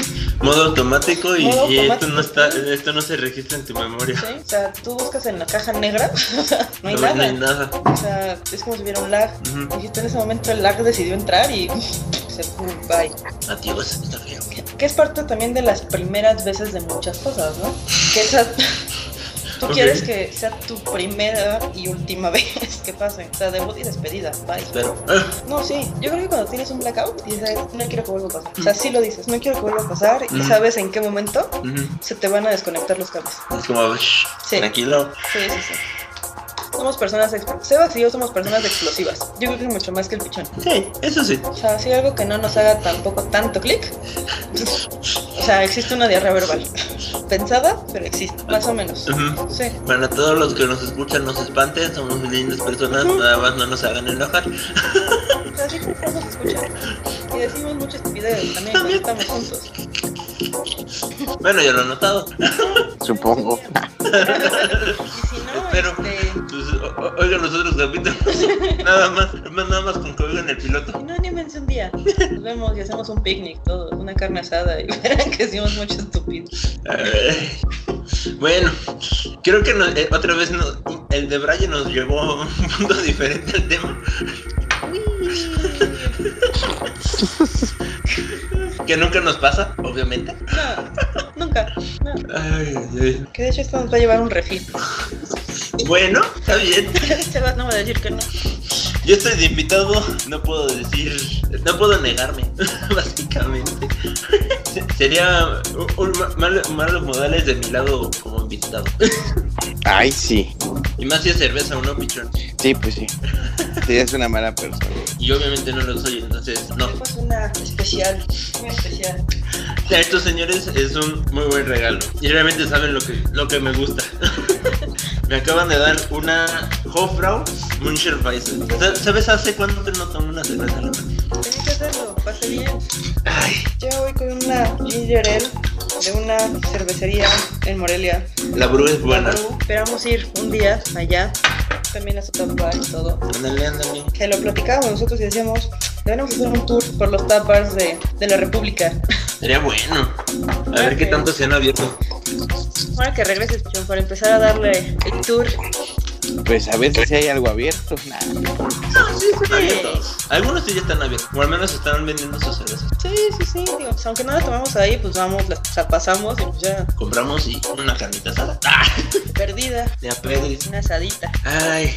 [SPEAKER 3] Modo automático y,
[SPEAKER 2] Modo
[SPEAKER 3] y esto
[SPEAKER 2] automático.
[SPEAKER 3] no está, esto no se registra en tu memoria.
[SPEAKER 2] ¿sí? O sea, tú buscas en la caja negra, <laughs> o sea, no hay
[SPEAKER 3] No hay
[SPEAKER 2] nada.
[SPEAKER 3] nada.
[SPEAKER 2] O sea, es como si hubiera un lag.
[SPEAKER 3] Ujú.
[SPEAKER 2] Y justo en ese momento el lag decidió entrar y <laughs> se fue, bye.
[SPEAKER 3] Adiós, está feo.
[SPEAKER 2] que es parte también de las primeras veces de muchas cosas, ¿no? Que
[SPEAKER 3] <laughs>
[SPEAKER 2] esa- tú
[SPEAKER 3] Ok.
[SPEAKER 2] quieres que sea tu primera y última <laughs> vez que pase, o sea, debut y despedida, bye.
[SPEAKER 3] Pero, ah,
[SPEAKER 2] No, sí, yo creo que cuando tienes un blackout dices, no quiero que vuelva a pasar, o sea, sí lo dices, no quiero que vuelva a pasar y
[SPEAKER 3] Mm.
[SPEAKER 2] sabes en qué momento
[SPEAKER 3] ujú.
[SPEAKER 2] se te van a desconectar los cables.
[SPEAKER 3] es como, shh,
[SPEAKER 2] Sí.
[SPEAKER 3] tranquilo.
[SPEAKER 2] Sí, sí, sí. Somos personas explosivas. Sebas y yo somos personas explosivas. Yo creo que mucho más que el pichón.
[SPEAKER 3] Sí, eso sí.
[SPEAKER 2] O sea, si hay algo que no nos haga tampoco tanto clic. O sea, existe una diarrea verbal. Pensada, pero existe, más o menos.
[SPEAKER 3] Ujú.
[SPEAKER 2] Sí.
[SPEAKER 3] Para todos los que nos escuchan, nos espanten, somos lindas personas, nada más no nos hagan enojar.
[SPEAKER 2] O sea, sí nos escuchan. Y decimos muchas estupideces también cuando estamos juntos.
[SPEAKER 3] Bueno, ya lo he notado.
[SPEAKER 4] Supongo.
[SPEAKER 2] Y si no,
[SPEAKER 3] Espero.
[SPEAKER 2] este,
[SPEAKER 3] Pues, o- o- oigan los otros capítulos. <laughs> nada más, más- nada más con que oigan el piloto.
[SPEAKER 2] y no anímense un día. Nos vemos y hacemos un picnic todos, una carne asada y <laughs> verán que hicimos mucho estúpido.
[SPEAKER 3] Ay. Bueno, creo que nos- eh, otra vez nos- el de Brian nos llevó a un mundo <laughs> diferente al tema. que nunca nos pasa, obviamente.
[SPEAKER 2] No, nunca. No.
[SPEAKER 3] Ay, ay,
[SPEAKER 2] Que de hecho esto nos va a llevar un refil. <laughs>
[SPEAKER 3] ay. Bueno, está bien.
[SPEAKER 2] Sebas no va a decir que no.
[SPEAKER 3] Yo estoy de invitado, no puedo decir, no puedo negarme, <laughs> básicamente. Se- Sería un, un ma- mal- malos modales de mi lado como invitado.
[SPEAKER 4] Ay, sí.
[SPEAKER 3] Y más si es cerveza o no, pichón.
[SPEAKER 4] Sí, pues sí. Sí, es una mala persona.
[SPEAKER 3] Y obviamente no lo soy, entonces no.
[SPEAKER 2] Hoy fue una especial, muy especial.
[SPEAKER 3] A estos señores es un muy buen regalo. Y realmente saben lo que, lo que me gusta. <laughs> me acaban de dar una Hofrau Muncher Weizen. Sa- ¿Sabes hace cuánto no tomo una cerveza? la verdad?
[SPEAKER 2] Tenía que hacerlo, pasé bien.
[SPEAKER 3] Ay,
[SPEAKER 2] Yo voy con una ginger ale de una cervecería en Morelia.
[SPEAKER 3] la brew es buena.
[SPEAKER 2] Pero Esperamos ir un día allá. También a su tap bar y todo.
[SPEAKER 3] Ándale, ándale.
[SPEAKER 2] Que lo platicábamos nosotros y decíamos, deberíamos hacer un tour por los tap bars de, de la República.
[SPEAKER 3] Sería bueno. A ver qué tanto se han abierto.
[SPEAKER 2] Ahora que regreses, Pichón, para empezar a darle el
[SPEAKER 3] <laughs>
[SPEAKER 2] tour.
[SPEAKER 4] Pues a ver si hay algo abierto. Nada.
[SPEAKER 3] No, sí están
[SPEAKER 2] Sí.
[SPEAKER 3] abiertos. Algunos sí ya están abiertos. O al menos están vendiendo sus cervezas.
[SPEAKER 2] Sí, sí, sí. Digo, pues, aunque no la tomamos ahí, pues vamos, la, la pasamos y pues ya
[SPEAKER 3] Compramos y una carnita asada. ¡Ah!
[SPEAKER 2] perdida.
[SPEAKER 3] De a pedris.
[SPEAKER 2] Una asadita.
[SPEAKER 3] Ay,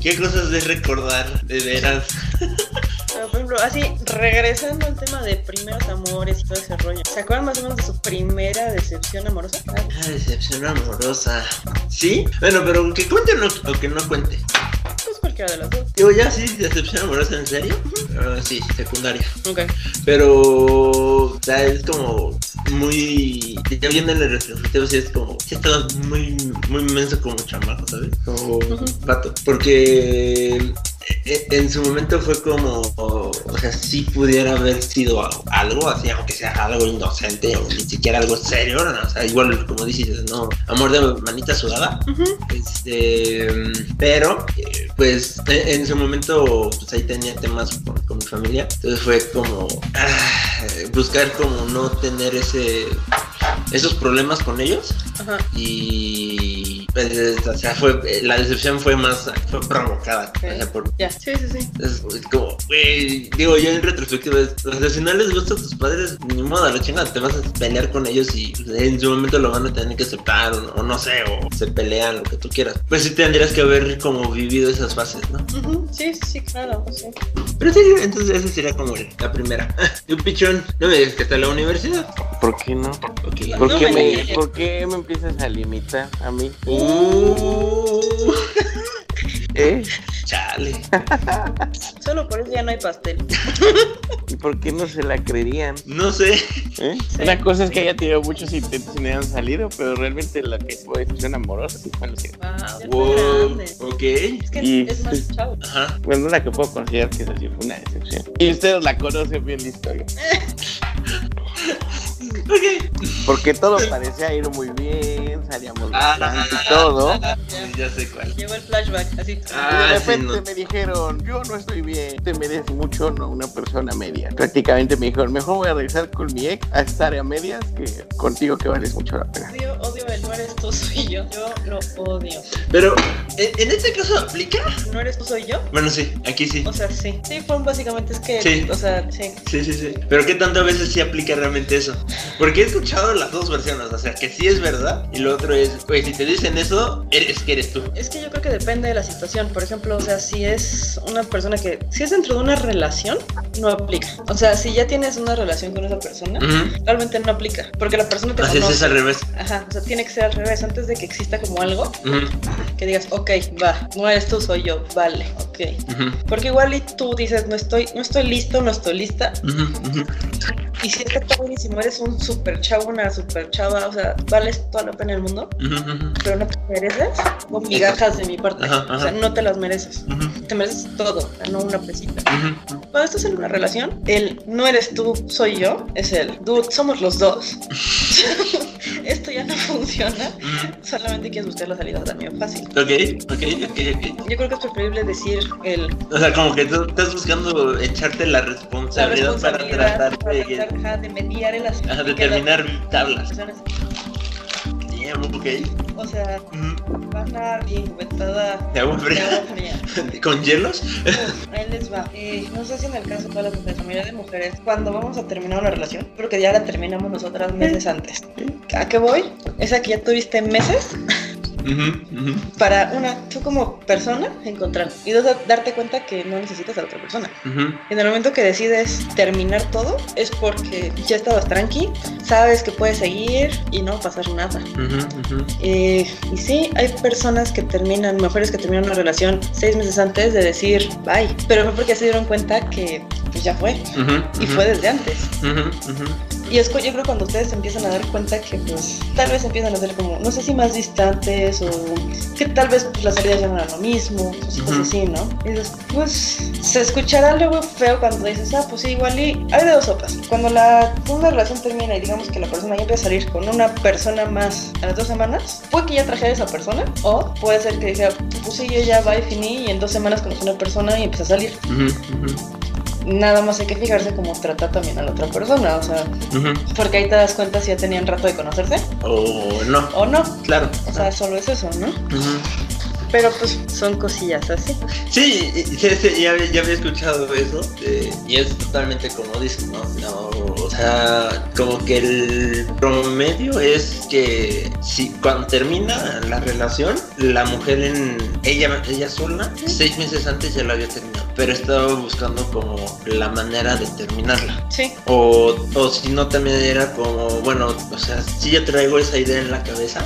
[SPEAKER 3] qué cosas de recordar, de veras.
[SPEAKER 2] Pero, por ejemplo, así, regresando al tema de primeros amores y todo ese rollo, ¿se acuerdan más o menos de su primera decepción amorosa? Ah,
[SPEAKER 3] Ah, decepción amorosa. ¿Sí? Bueno, pero que cuente o, no, o que no cuente.
[SPEAKER 2] Pues cualquiera de las dos.
[SPEAKER 3] Digo, ya sí, decepción amorosa, ¿en serio? Ah, sí, secundaria.
[SPEAKER 2] Ok.
[SPEAKER 3] Pero, o sea, es como muy. Ya viendo el retrospectivo, sí es como. Sí, estaba muy, muy inmenso como chamaco, ¿sabes? Como
[SPEAKER 2] Ujú.
[SPEAKER 3] pato. Porque. e- en su momento fue como, o sea, si pudiera haber sido algo así, aunque sea algo inocente o ni siquiera algo serio, ¿no? o sea, igual como dices, no, amor de manita sudada,
[SPEAKER 2] Ujú.
[SPEAKER 3] este, pero, eh, pues, e- en su momento, pues ahí tenía temas con, con mi familia. Entonces fue como ah, buscar como no tener ese, esos problemas con ellos.
[SPEAKER 2] Ajá.
[SPEAKER 3] Y, pues, o sea, fue, eh, la decepción fue más, fue provocada.
[SPEAKER 2] Ok.
[SPEAKER 3] o sea, por-
[SPEAKER 2] Ya. Sí, sí, sí.
[SPEAKER 3] es, es como, güey, digo yo en retrospectiva, es, o sea, si no les gusta a tus padres, ni modo, a la chingada, te vas a pelear con ellos y pues, en su momento lo van a tener que aceptar, o, o no sé, o se pelean, lo que tú quieras. Pues sí tendrías que haber como vivido esas fases, ¿no?
[SPEAKER 2] Ujú. Sí, sí, sí, claro. sí.
[SPEAKER 3] Pero sí, entonces esa sería como el- la primera. <laughs> Tú, pichón, no me digas que hasta la universidad.
[SPEAKER 4] ¿Por qué no?
[SPEAKER 3] Ok.
[SPEAKER 4] ¿Por,
[SPEAKER 2] No
[SPEAKER 4] qué
[SPEAKER 2] me
[SPEAKER 4] me,
[SPEAKER 2] digas.
[SPEAKER 4] ¿Por qué me empiezas a limitar a mí?
[SPEAKER 3] Uh,
[SPEAKER 4] ¿Eh?
[SPEAKER 3] chale.
[SPEAKER 2] Solo por eso ya no hay pastel.
[SPEAKER 4] ¿Y por qué no se la creerían?
[SPEAKER 3] No sé.
[SPEAKER 4] ¿Eh? Una cosa es que haya tenido muchos intentos y no hayan salido, pero realmente la que fue decisión amorosa sí fue Lucía.
[SPEAKER 2] Wow. Ya está
[SPEAKER 3] Wow.
[SPEAKER 2] grande.
[SPEAKER 3] Ok.
[SPEAKER 2] Es que
[SPEAKER 4] Y-
[SPEAKER 2] es más chavo.
[SPEAKER 3] Ajá.
[SPEAKER 4] Bueno, la que puedo considerar que esa sí fue una decepción. Y ustedes la conocen bien la historia.
[SPEAKER 3] Ok.
[SPEAKER 4] Porque todo parecía ir muy bien, salíamos
[SPEAKER 3] Ah,
[SPEAKER 4] bastante y todo.
[SPEAKER 3] Ya sé cuál.
[SPEAKER 2] Llegó el flashback, así.
[SPEAKER 4] Y
[SPEAKER 3] Ah,
[SPEAKER 4] de
[SPEAKER 3] sí,
[SPEAKER 4] repente
[SPEAKER 3] no.
[SPEAKER 4] me dijeron, yo no estoy bien, te mereces mucho, no una persona media. Prácticamente me dijeron, mejor voy a regresar con mi ex a estar a medias que contigo que vales mucho la pena.
[SPEAKER 2] Odio, odio el no eres tú, soy yo. Yo lo odio.
[SPEAKER 3] Pero, ¿en en este caso aplica?
[SPEAKER 2] ¿No eres tú, soy yo?
[SPEAKER 3] Bueno, sí, aquí sí.
[SPEAKER 2] O sea, sí. Sí, fueron básicamente es que.
[SPEAKER 3] Sí.
[SPEAKER 2] O sea, sí.
[SPEAKER 3] Sí, sí, sí. Pero ¿qué tanto a veces sí aplica realmente eso? Porque he escuchado las dos versiones, o sea, que sí es verdad y lo otro es, güey, si te dicen eso, eres que eres tú.
[SPEAKER 2] Es que yo creo que depende de la situación. Por ejemplo, o sea, si es una persona que. Si es dentro de una relación, no aplica. O sea, si ya tienes una relación con esa persona,
[SPEAKER 3] Ujú.
[SPEAKER 2] realmente no aplica. Porque la persona te
[SPEAKER 3] Mm. Así es,
[SPEAKER 2] conoce.
[SPEAKER 3] es al revés.
[SPEAKER 2] Ajá, o sea, tiene que ser al revés. Antes de que exista como algo,
[SPEAKER 3] Ujú,
[SPEAKER 2] que digas, ok, va, no eres tú, soy yo, vale, ok.
[SPEAKER 3] ujú,
[SPEAKER 2] Porque igual y tú dices, no estoy, no estoy listo, no estoy lista.
[SPEAKER 3] ujú, ujú.
[SPEAKER 2] Y si es que está buenísimo, eres un super chavo, una super chava, o sea, vales toda la pena del mundo,
[SPEAKER 3] Ujú, ujú,
[SPEAKER 2] pero no te mereces con migajas de mi parte.
[SPEAKER 3] Ajá, ajá.
[SPEAKER 2] O sea, no te las mereces.
[SPEAKER 3] ujú,
[SPEAKER 2] Te mereces todo, no una pesita.
[SPEAKER 3] ujú, ujú.
[SPEAKER 2] Cuando estás en una relación, el no eres tú, soy yo, es el dude, somos los dos. <laughs> Esto ya no funciona. Solamente quieres buscar la salida también fácil.
[SPEAKER 3] Ok, ok, ok,
[SPEAKER 2] Yo creo que es preferible decir el
[SPEAKER 3] ok. O sea, como que tú estás buscando echarte la
[SPEAKER 2] la
[SPEAKER 3] responsabilidad,
[SPEAKER 2] responsabilidad
[SPEAKER 3] para tratar de,
[SPEAKER 2] tratar, ajá, de mediar el asunto.
[SPEAKER 3] ajá, de
[SPEAKER 2] que las
[SPEAKER 3] terminar tablas.
[SPEAKER 2] personas-
[SPEAKER 3] Damn, ok.
[SPEAKER 2] O sea,
[SPEAKER 3] Ujú.
[SPEAKER 2] Barra inventada
[SPEAKER 3] De agua
[SPEAKER 2] de agua
[SPEAKER 3] fría.
[SPEAKER 2] fría.
[SPEAKER 3] ¿Con hielos?
[SPEAKER 2] Uf, Ahí les va. Eh, no sé si en el caso de todas las mujeres, la mayoría de mujeres, cuando vamos a terminar una relación, creo que ya la terminamos nosotras meses antes. ¿A qué voy? Esa que ya tuviste meses
[SPEAKER 3] Ujú, ujú.
[SPEAKER 2] para, una, tú como persona encontrar. Y dos, darte cuenta que no necesitas a la otra persona.
[SPEAKER 3] Ujú.
[SPEAKER 2] En el momento que decides terminar todo, es porque ya estabas tranqui, sabes que puedes seguir y no va a pasar nada.
[SPEAKER 3] Ujú, ujú.
[SPEAKER 2] Eh, y sí, hay personas que terminan, mujeres que terminan una relación seis meses antes de decir bye, pero fue porque se dieron cuenta que pues, ya fue
[SPEAKER 3] Ujú,
[SPEAKER 2] y
[SPEAKER 3] ujú,
[SPEAKER 2] fue desde antes.
[SPEAKER 3] ujú, ujú.
[SPEAKER 2] Y es cu- yo creo cuando ustedes se empiezan a dar cuenta que pues tal vez empiezan a ser como, no sé si más distantes o que tal vez pues, las salidas ya no eran lo mismo, pues, cosas
[SPEAKER 3] Ujú.
[SPEAKER 2] así, ¿no? Y después se escuchará luego feo cuando dices, ah, pues sí, igual y hay de dos sopas. Cuando la, una relación termina y digamos que la persona ya empieza a salir con una persona más a las dos semanas, puede que ya trajera a esa persona o puede ser que dijera, pues sí, yo ya va y finí y en dos semanas conocí una persona y empecé a salir.
[SPEAKER 3] Ujú, ujú,
[SPEAKER 2] Nada más hay que fijarse cómo trata también a la otra persona, o sea...
[SPEAKER 3] ujú.
[SPEAKER 2] Porque ahí te das cuenta si ya tenían rato de conocerse
[SPEAKER 3] O no,
[SPEAKER 2] o no.
[SPEAKER 3] claro.
[SPEAKER 2] O sea, solo es eso, ¿no?
[SPEAKER 3] Ujú.
[SPEAKER 2] Pero pues son cosillas así.
[SPEAKER 3] Sí, y- y- sí, sí, ya, había- ya había escuchado eso. eh, y es totalmente como dices, ¿no? No, O sea, como que el promedio es que si cuando termina la relación, la mujer en ella, ella sola, seis meses antes ya la había terminado. Pero estaba buscando como la manera de terminarla.
[SPEAKER 2] Sí.
[SPEAKER 3] O, o si no, también era como, bueno, o sea, sí yo traigo esa idea en la cabeza,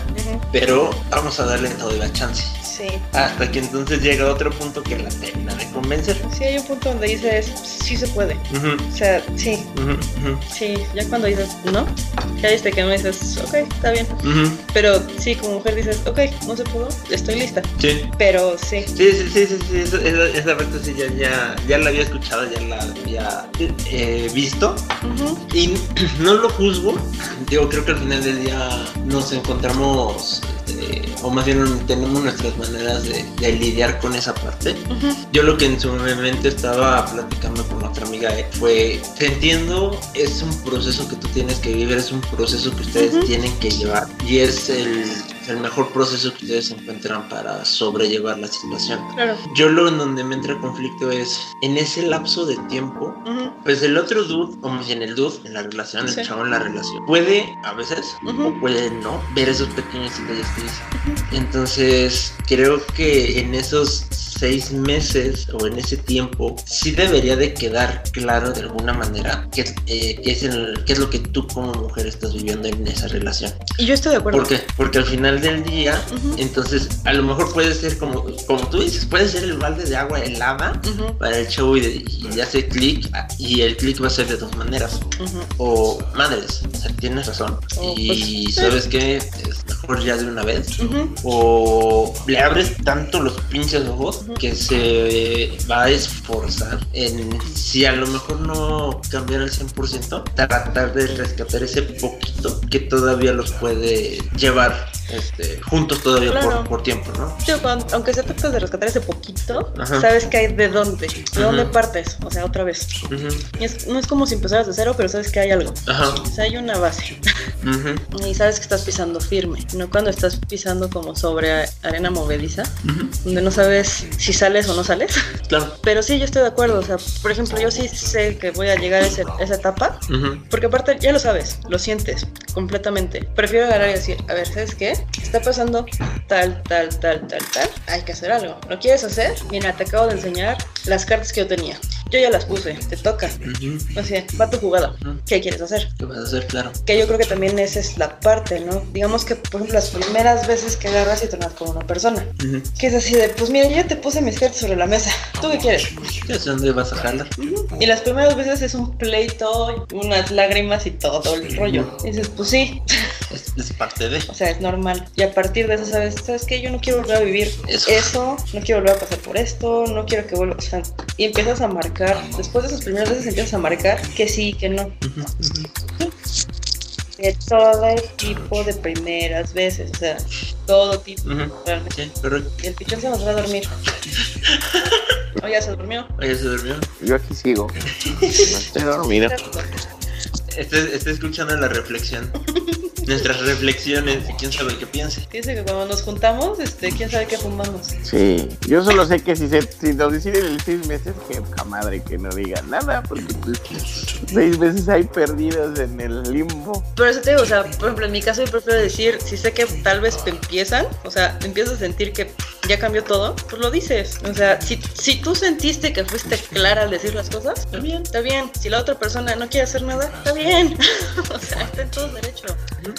[SPEAKER 3] pero vamos a darle todavía chance.
[SPEAKER 2] Sí.
[SPEAKER 3] Hasta que entonces llega otro punto que la termina de convencer.
[SPEAKER 2] Sí, hay un punto donde dices, sí se puede.
[SPEAKER 3] Ujú,
[SPEAKER 2] O sea, sí,
[SPEAKER 3] ujú, ujú,
[SPEAKER 2] sí. Ya cuando dices, no, ya viste que no dices, ok, está bien.
[SPEAKER 3] ujú.
[SPEAKER 2] Pero sí, como mujer dices, ok, no se pudo, estoy lista.
[SPEAKER 3] Sí.
[SPEAKER 2] Pero sí,
[SPEAKER 3] Sí, sí, sí, sí, sí, eso- esa, esa parte sí ya, ya, ya la había escuchado, ya la había eh, visto
[SPEAKER 2] ujú,
[SPEAKER 3] y <clears throat> no lo juzgo. Digo, creo que al final del día nos encontramos, este, o más bien tenemos nuestras maneras de, de lidiar con esa parte.
[SPEAKER 2] ujú.
[SPEAKER 3] Yo lo que en su momento estaba platicando con otra amiga eh, fue, te entiendo, es un proceso que tú tienes que vivir, es un proceso que ustedes
[SPEAKER 2] Ujú.
[SPEAKER 3] tienen que llevar y es el, el mejor proceso que ustedes encuentran para sobrellevar la situación.
[SPEAKER 2] claro.
[SPEAKER 3] Yo lo en donde me entra conflicto es en ese lapso de tiempo.
[SPEAKER 2] ujú,
[SPEAKER 3] Pues el otro dude, o más bien el dude en la relación,
[SPEAKER 2] Sí.
[SPEAKER 3] el chavo en la relación, puede a veces
[SPEAKER 2] Ujú.
[SPEAKER 3] o puede no ver esos pequeños detalles que dice. Entonces, creo que en esos seis meses o en ese tiempo, sí debería de quedar claro de alguna manera qué, eh, qué es, el- qué es lo que tú como mujer estás viviendo en esa relación.
[SPEAKER 2] Y yo estoy de acuerdo.
[SPEAKER 3] ¿Por qué? Porque al final del día,
[SPEAKER 2] Ujú.
[SPEAKER 3] entonces, a lo mejor puede ser como, como tú dices, puede ser el balde de agua helada
[SPEAKER 2] Ujú,
[SPEAKER 3] para el show y, de- y hace clic y el clic va a ser de dos maneras.
[SPEAKER 2] ujú.
[SPEAKER 3] O madres, o sea, tienes razón.
[SPEAKER 2] O,
[SPEAKER 3] y
[SPEAKER 2] pues, sí.
[SPEAKER 3] sabes qué, es mejor ya de una vez.
[SPEAKER 2] Ujú,
[SPEAKER 3] O le abres tanto los pinches ojos
[SPEAKER 2] Ujú.
[SPEAKER 3] que se va a esforzar en, si a lo mejor no cambiar al 100%, tratar de rescatar ese poquito que todavía los puede llevar este, juntos todavía por-
[SPEAKER 2] Claro.
[SPEAKER 3] por, tiempo, ¿no?
[SPEAKER 2] Yo, cuando- aunque se trata de rescatar ese poquito,
[SPEAKER 3] Ajá.
[SPEAKER 2] sabes que hay de dónde, de dónde
[SPEAKER 3] Ujú.
[SPEAKER 2] partes, o sea, otra vez.
[SPEAKER 3] Ujú,
[SPEAKER 2] Y es- no es como si empezaras de cero, pero sabes que hay algo.
[SPEAKER 3] Ajá.
[SPEAKER 2] O sea, hay una base. <laughs>
[SPEAKER 3] ujú,
[SPEAKER 2] Y sabes que estás pisando firme, no cuando estás pisando como sobre arena movediza,
[SPEAKER 3] ujú,
[SPEAKER 2] donde no sabes si sales o no sales.
[SPEAKER 3] Claro.
[SPEAKER 2] Pero sí, yo estoy de acuerdo. O sea, por ejemplo, yo sí sé que voy a llegar a, ese- a esa etapa,
[SPEAKER 3] ujú,
[SPEAKER 2] porque aparte ya lo sabes, lo sientes completamente. Prefiero agarrar y decir, a ver, ¿sabes qué? Está pasando tal, tal, tal, tal, tal. Hay que hacer algo. ¿Lo quieres hacer? Mira, te acabo de enseñar las cartas que yo tenía. Yo ya las puse, te toca.
[SPEAKER 3] ujú,
[SPEAKER 2] O sea, va tu jugada.
[SPEAKER 3] ujú.
[SPEAKER 2] ¿Qué quieres hacer?
[SPEAKER 3] ¿Qué vas a hacer? Claro.
[SPEAKER 2] Que yo creo que también esa es la parte, ¿no? Digamos que, por ejemplo, las primeras veces que agarras y tornas con una persona,
[SPEAKER 3] Ujú.
[SPEAKER 2] que es así de, pues mira, yo ya te puse mis cartas sobre la mesa, ¿tú qué quieres?
[SPEAKER 3] ¿Qué es dónde vas a jalar?
[SPEAKER 2] Y las primeras veces es un pleito, unas lágrimas y todo el rollo. Y dices, pues sí,
[SPEAKER 3] Es, es parte de.
[SPEAKER 2] o sea, es normal. Y a partir de eso sabes, ¿sabes qué? Yo no quiero volver a vivir
[SPEAKER 3] Eso.
[SPEAKER 2] eso, no quiero volver a pasar por esto, no quiero que vuelva, o sea, y empiezas a marcar, después de esas primeras veces empiezas a marcar que sí, que no,
[SPEAKER 3] Ujú, ujú.
[SPEAKER 2] de todo el tipo de primeras veces, o sea, todo tipo,
[SPEAKER 3] Ujú.
[SPEAKER 2] realmente.
[SPEAKER 3] Sí, correcto.
[SPEAKER 2] Y el pichón se nos va a dormir. O ya se durmió.
[SPEAKER 3] Oye, se durmió.
[SPEAKER 4] Yo aquí sigo. No estoy dormido.
[SPEAKER 3] Está, está escuchando
[SPEAKER 2] <laughs>
[SPEAKER 3] la reflexión. Nuestras reflexiones. y ¿Quién sabe qué piense?
[SPEAKER 2] Dice que cuando nos juntamos, este, quién sabe qué fumamos.
[SPEAKER 4] Sí. Yo solo sé que si, se, si nos deciden en seis meses, que poca madre que no digan nada, porque pues, seis meses hay perdidos en el limbo.
[SPEAKER 2] Pero eso te digo, o sea, por ejemplo, en mi caso yo prefiero decir, si sé que tal vez te empiezan, o sea, empiezas a sentir que ya cambió todo, pues lo dices. O sea, si, si tú sentiste que fuiste clara al decir las cosas, está bien, está bien. Si la otra persona no quiere hacer nada, está bien. <laughs> o sea, está en todo su derecho.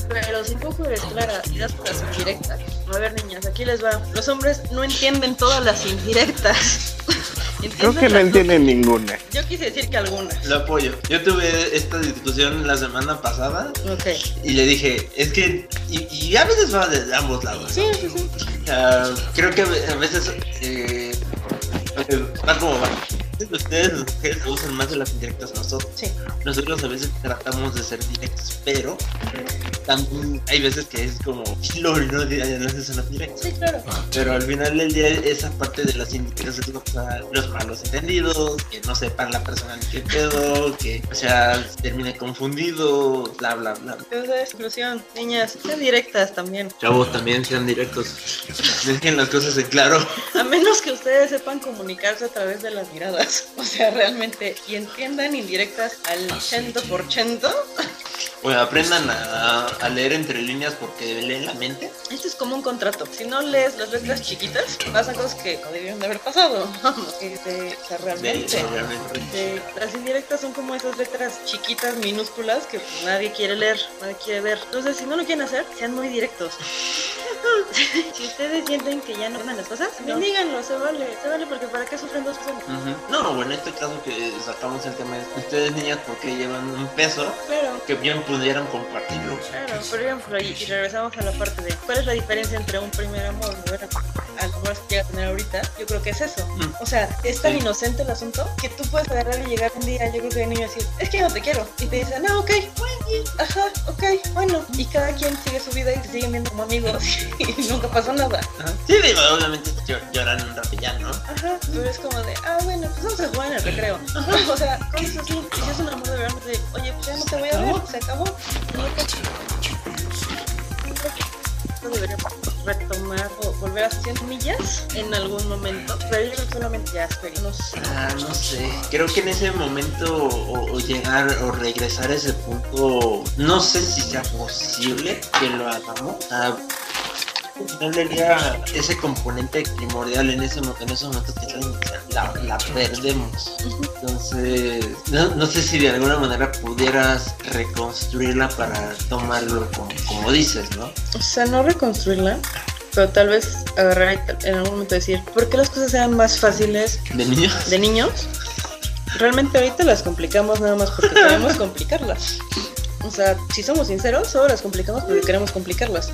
[SPEAKER 2] Pero si tú eres clara y das las indirectas, a ver niñas, aquí les va. Los hombres no entienden todas las indirectas. <laughs>
[SPEAKER 4] Creo
[SPEAKER 2] Entienden
[SPEAKER 4] que no
[SPEAKER 2] las-
[SPEAKER 4] entienden ninguna.
[SPEAKER 2] Yo quise decir que algunas.
[SPEAKER 3] Lo apoyo. Yo tuve esta discusión la semana pasada
[SPEAKER 2] Ok.
[SPEAKER 3] y le dije, es que. Y, y a veces va de ambos lados.
[SPEAKER 2] Sí, sí, sí.
[SPEAKER 3] O sea, creo que a veces. Eh, eh, va como va. Ustedes, las mujeres, usan más de las indirectas que nosotros.
[SPEAKER 2] Sí.
[SPEAKER 3] Nosotros a veces tratamos de ser directos, pero también hay veces que es como, lo no, ya ya no se son los directos.
[SPEAKER 2] Sí, claro.
[SPEAKER 3] Pero al final del día, esa parte de las indirectas es lo que da los malos entendidos, que no sepan la persona ni qué pedo, que, o sea, termine confundido, bla, bla, bla.
[SPEAKER 2] Entonces, exclusión, niñas, sean directas también.
[SPEAKER 3] Chavos, también sean directos. Dejen las cosas en claro.
[SPEAKER 2] A menos que ustedes sepan comunicarse a través de las miradas. <laughs> O sea, realmente, y entiendan indirectas al 100%.
[SPEAKER 3] O aprendan a, a leer entre líneas porque leen la mente.
[SPEAKER 2] Esto es como un contrato. Si no lees las letras chiquitas, pasan cosas que no debieron de haber pasado. <laughs> Vamos, este, o sea,
[SPEAKER 3] Leen,
[SPEAKER 2] realmente.
[SPEAKER 3] realmente.
[SPEAKER 2] este, las indirectas son como esas letras chiquitas, minúsculas, que pues, nadie quiere leer, nadie quiere ver. Entonces, si no lo quieren hacer, sean muy directos. <laughs> Si ustedes sienten que ya no van las cosas,
[SPEAKER 5] No.
[SPEAKER 2] díganlo, se vale. Se vale porque ¿para qué sufren dos personas?
[SPEAKER 3] Ujú. No, bueno, en este caso que sacamos el tema es ustedes niñas porque llevan un peso
[SPEAKER 2] Claro,
[SPEAKER 3] que bien pudieran compartirlo.
[SPEAKER 2] claro. Pero digamos, y y regresamos a la parte de cuál es la diferencia entre un primer amor y un al amor que llega a tener ahorita. Yo creo que es eso.
[SPEAKER 3] Mm.
[SPEAKER 2] O sea, es tan
[SPEAKER 3] Sí.
[SPEAKER 2] inocente el asunto que tú puedes agarrar y llegar un día, yo creo que hay niños y decir, es que yo no te quiero. Y te dicen, no, ok, bueno, ajá, ok, bueno. Y cada quien sigue su vida y se siguen viendo como amigos <laughs> y nunca pasó nada.
[SPEAKER 3] Ajá. Sí, digo, obviamente llor- lloran un rato y ya, ¿no?
[SPEAKER 2] Ajá, pero es como de, ah, bueno, pues vamos a jugar en el recreo. Ajá, o sea, eso es lo- si es un amor de verdad, de, oye, pues ya no te voy a ver, se acabó. No te- No debería retomar o volver a 100 millas en algún momento, pero yo creo que solamente ya espero, no sé.
[SPEAKER 3] Ah, no sé. Creo que en ese momento o, o llegar o regresar a ese punto, no sé si sea posible que lo hagamos. Ah, al final del día, ese componente primordial en, ese, mo- en esos momentos que es la inicial, la, la perdemos. Entonces, no, no sé si de alguna manera pudieras reconstruirla para tomarlo como, como dices, ¿no?
[SPEAKER 2] O sea, no reconstruirla, pero tal vez agarrar y tal- en algún momento decir, ¿por qué las cosas sean más fáciles
[SPEAKER 3] De niño. <laughs>
[SPEAKER 2] de niños, realmente ahorita las complicamos nada más porque
[SPEAKER 3] <laughs>
[SPEAKER 2] queremos complicarlas. O sea, si somos sinceros, solo las complicamos porque queremos complicarlas.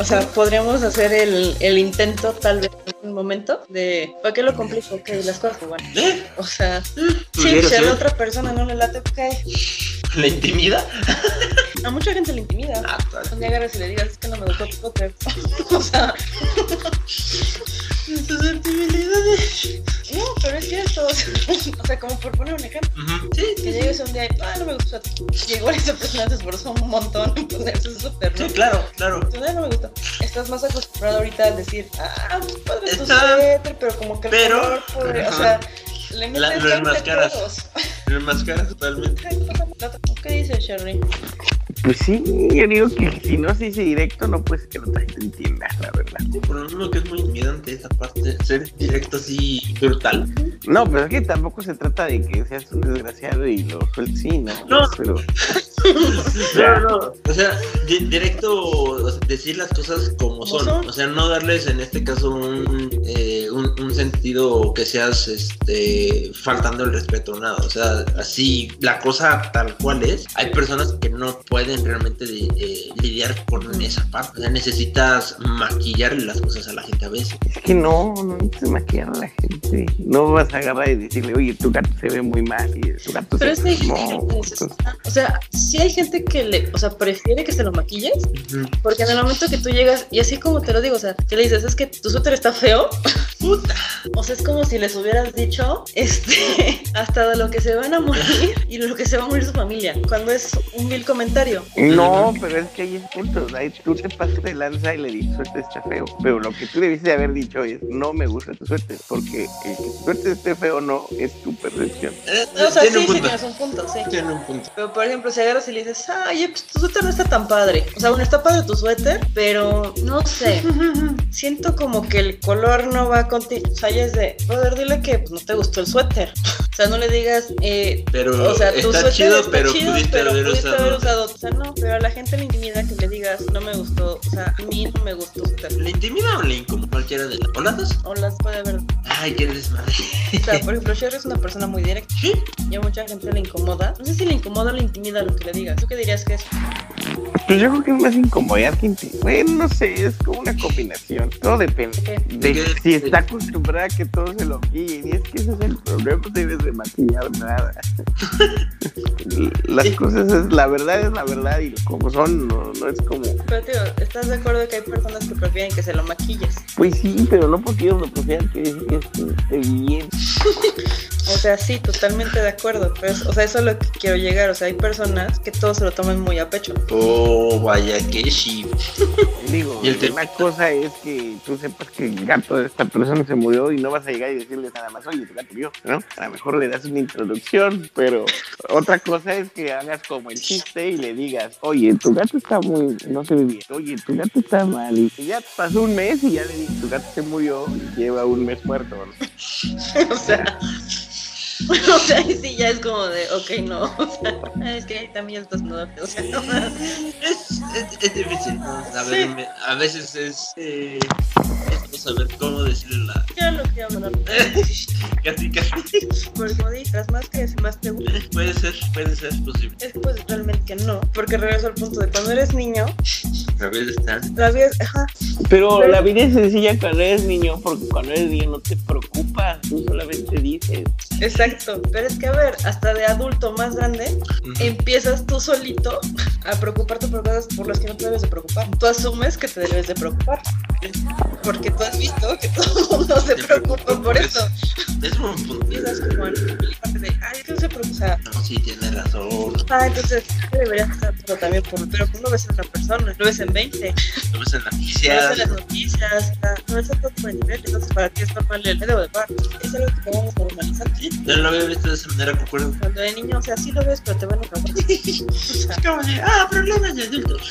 [SPEAKER 2] O sea, podríamos hacer el, el intento tal vez en un momento de, ¿para qué lo complico? Ok, las cosas pues, bueno.
[SPEAKER 3] ¿Eh?
[SPEAKER 2] O sea, sí,
[SPEAKER 3] Pudiera
[SPEAKER 2] si a la
[SPEAKER 3] ser.
[SPEAKER 2] otra persona no le late, ok.
[SPEAKER 3] ¿La intimida?
[SPEAKER 2] A mucha gente le intimida.
[SPEAKER 3] Ah, tal.
[SPEAKER 2] Cuando agarras y le digas, es que no me gustó tu póker. <laughs> o sea,
[SPEAKER 3] Sus sensibilidades.
[SPEAKER 2] no, pero es cierto. <laughs> o sea, como por poner un ejemplo.
[SPEAKER 3] Ujú. Sí,
[SPEAKER 2] Que llegues un día y, ah, no me gustó. Y igual esa persona se esforzó un montón en ponerse súper, ¿no?
[SPEAKER 3] Sí, claro, claro.
[SPEAKER 2] Tú, "Ah, no me gustó. Estás más acostumbrado ahorita al decir, ah, padre tu
[SPEAKER 3] Está-
[SPEAKER 2] suéter, pero como que el
[SPEAKER 3] pero-
[SPEAKER 2] calor, pobre", o
[SPEAKER 3] Ajá.
[SPEAKER 2] sea, le
[SPEAKER 3] La-
[SPEAKER 2] metes
[SPEAKER 3] lo
[SPEAKER 2] carne a
[SPEAKER 3] enmascaras.
[SPEAKER 2] todos. <laughs>
[SPEAKER 3] El máscara totalmente.
[SPEAKER 2] La otra- ¿Qué dices, Sherry?
[SPEAKER 4] Pues sí, yo digo que si no se dice directo, no puede ser que la otra gente entienda, la verdad.
[SPEAKER 3] Por lo mismo que es muy intimidante esa parte, ser directo así brutal.
[SPEAKER 4] No, pero es que tampoco se trata de que seas un desgraciado y lo sueltes, sí, ¿no?
[SPEAKER 3] No.
[SPEAKER 4] Pero,
[SPEAKER 3] No, no. O sea, di- directo o sea, decir las cosas como son.
[SPEAKER 2] son.
[SPEAKER 3] O sea, no darles en este caso un, eh, un, un sentido que seas este faltando el respeto o nada. O sea, así la cosa tal cual es. Hay personas que no pueden realmente di- eh, lidiar con esa parte. O sea, necesitas maquillarle las cosas a la gente a veces.
[SPEAKER 4] es que no, no se maquillan a la gente. No vas a agarrar y decirle, oye, tu gato se ve muy mal y tu gato
[SPEAKER 2] Pero es
[SPEAKER 4] se
[SPEAKER 2] que
[SPEAKER 4] ve
[SPEAKER 2] hay gente que
[SPEAKER 4] pues,
[SPEAKER 2] necesita, o sea, sí hay gente que le, o sea, prefiere que se lo maquilles,
[SPEAKER 3] Ujú.
[SPEAKER 2] porque en el momento que tú llegas, y así como te lo digo, o sea, que le dices, es que tu suéter está feo, <laughs>
[SPEAKER 3] Puta.
[SPEAKER 2] O sea, es como si les hubieras dicho, este, <laughs> hasta de lo que se van a morir y lo que se va a morir su familia, cuando es un vil comentario.
[SPEAKER 4] No, pero es que ahí es punto. Ahí tú te pasas de lanza y le dices, suerte está feo. Pero lo que tú debiste de haber dicho es, no me gusta tu suerte. Porque el que tu suerte esté feo o no es tu percepción.
[SPEAKER 3] Eh,
[SPEAKER 2] O sea, sí,
[SPEAKER 3] tiene un
[SPEAKER 2] sí
[SPEAKER 3] punto.
[SPEAKER 2] tienes un punto, sí.
[SPEAKER 3] Tiene un punto.
[SPEAKER 2] Pero por ejemplo, si agarras y le dices, ay, pues tu suéter no está tan padre. O sea, bueno, está padre tu suéter, pero no
[SPEAKER 3] <laughs>
[SPEAKER 2] sé. Siento como que el color no va contigo. O sea, ya es de, brother, dile que pues, no te gustó el suéter. <laughs> O sea, no le digas, eh,
[SPEAKER 3] Pero
[SPEAKER 2] O sea, tu
[SPEAKER 3] está
[SPEAKER 2] suéter
[SPEAKER 3] chido,
[SPEAKER 2] está
[SPEAKER 3] pero
[SPEAKER 2] chido,
[SPEAKER 3] pudiste
[SPEAKER 2] pero
[SPEAKER 3] haber
[SPEAKER 2] pudiste
[SPEAKER 3] usado.
[SPEAKER 2] haber usado. O sea, no, pero a la gente le intimida que le digas, no me gustó, o sea, a mí no me gustó su teléfono.
[SPEAKER 3] ¿Le intimida o le incomoda cualquiera de las poladas?
[SPEAKER 2] O las puede haber. O
[SPEAKER 3] Ay, qué desmadre.
[SPEAKER 2] sea, por ejemplo, Sherry es una persona muy directa.
[SPEAKER 3] Sí.
[SPEAKER 2] Y a mucha gente le incomoda. No sé si le incomoda o le intimida lo que le digas. ¿Tú qué dirías que es?
[SPEAKER 4] Pues yo creo que es más incomodidad que inti- Bueno, no sé, es como una combinación. Todo depende.
[SPEAKER 2] ¿Qué?
[SPEAKER 4] De
[SPEAKER 3] ¿De qué?
[SPEAKER 4] si está acostumbrada a que todo se lo guíen. Y es que ese es el problema, no debes de maquillar nada. Las cosas es, la verdad es la verdad y como son, no, no es como
[SPEAKER 2] Pero tío, ¿estás de acuerdo que hay personas que prefieren que se lo maquilles?
[SPEAKER 4] Pues sí, pero no porque ellos lo prefieran que decir que esté bien.
[SPEAKER 2] O sea, sí, totalmente de acuerdo. Pero es- o sea, eso es lo que quiero llegar. O sea, hay personas que todos se lo toman muy a pecho.
[SPEAKER 3] Oh, vaya, qué shit.
[SPEAKER 4] Digo,
[SPEAKER 3] Y el tema-
[SPEAKER 4] una cosa es que tú sepas que el gato de esta persona se murió y no vas a llegar y decirle nada más, oye, tu gato murió, ¿no? A lo mejor le das una introducción, pero otra cosa es que hagas como el chiste y le digas, oye, tu gato está muy, no se ve bien, oye, tu gato está mal. Y ya pasó un mes y ya
[SPEAKER 2] <laughs>
[SPEAKER 4] le dices, tu gato se murió y lleva un mes muerto, ¿no?
[SPEAKER 2] o sea, o sea, ahí sí ya es como de, ok, no. O sea, es que ahí también ya estás mudando. O sea, no más.
[SPEAKER 3] Es, es, es difícil, ¿no? Saberme- a veces es, eh, es no saber cómo decirle la...
[SPEAKER 2] Ya no quiero hablar.
[SPEAKER 3] casi, casi.
[SPEAKER 2] Porque como dices, más que es, más te gusta.
[SPEAKER 3] Puede ser, puede ser posible.
[SPEAKER 2] Es que, pues realmente que no. Porque regreso al punto de cuando eres niño,
[SPEAKER 3] A veces está...
[SPEAKER 2] las vidas, ajá,
[SPEAKER 4] Pero la vida es sencilla cuando eres niño, porque cuando eres niño no te preocupas, tú solamente dices.
[SPEAKER 2] <laughs> exacto. Pero es que a ver, hasta de adulto más grande, empiezas tú solito a preocuparte por cosas por las que no te debes de preocupar. Tú asumes que te debes de preocupar. Porque tú has visto que todo el mundo se preocupa por eso.
[SPEAKER 3] Es un buen punto.
[SPEAKER 2] Empiezas como a la parte de, ah, ay, es que no se preocupa. O sea,
[SPEAKER 3] No, sí, tiene razón.
[SPEAKER 2] ah, entonces ¿qué deberías estar pero también por pero tú no ves a una persona, lo ves en 20, lo
[SPEAKER 3] Lo ves en la
[SPEAKER 2] ves en
[SPEAKER 3] noticias.
[SPEAKER 2] las noticias, o sea, no ves a todo por el nivel, entonces para ti es normal el dedo de bar. Es algo que vamos a normalizar.
[SPEAKER 3] No lo había visto de esa manera, concuerdo.
[SPEAKER 2] Cuando eres niño, o sea, sí lo ves, pero te van a acabar. <laughs> O sea,
[SPEAKER 3] Es como de, ah, problemas de
[SPEAKER 2] <laughs>
[SPEAKER 3] adultos.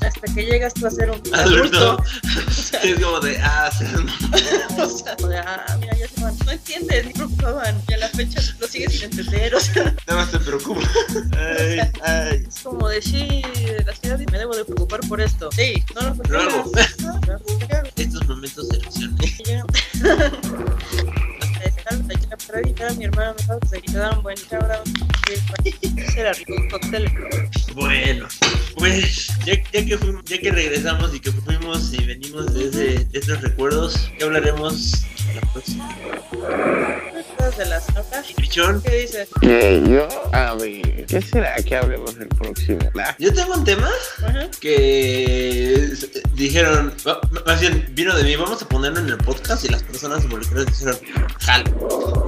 [SPEAKER 2] hasta que llegas tú a ser un
[SPEAKER 3] Adulto.
[SPEAKER 2] adulto. <laughs> O sea,
[SPEAKER 3] Es como de, ah, se
[SPEAKER 2] O sea, o de, ah, mira, ya se van. No entiendes, ni preocupaban. Y a la fecha lo sigues sin entender. O sea,
[SPEAKER 3] Nada más te preocupa. Ay, ay.
[SPEAKER 2] es como de sí, la ciudad me debo de preocupar por esto. Sí, no lo
[SPEAKER 3] Lo
[SPEAKER 2] preocupas.
[SPEAKER 3] hago. Estos momentos de elección.
[SPEAKER 2] Mi hermano me dijo, se quedaron buen chabra. Era rico, cóctel.
[SPEAKER 3] <laughs> Bueno, pues ya, ya que fuimos- ya que regresamos y que fuimos y venimos de, ese- de esos recuerdos, ya hablaremos la próxima.
[SPEAKER 2] Cosas de las notas.
[SPEAKER 3] Pichón,
[SPEAKER 2] ¿Qué dices?
[SPEAKER 4] Que Eh, yo, a ver, ¿qué será que hablemos el próximo? Ah,
[SPEAKER 3] yo tengo un tema
[SPEAKER 2] Ajá.
[SPEAKER 3] que es- dijeron, va- más bien vino de mí, vamos a ponerlo en el podcast y las personas involucradas dijeron, jalo.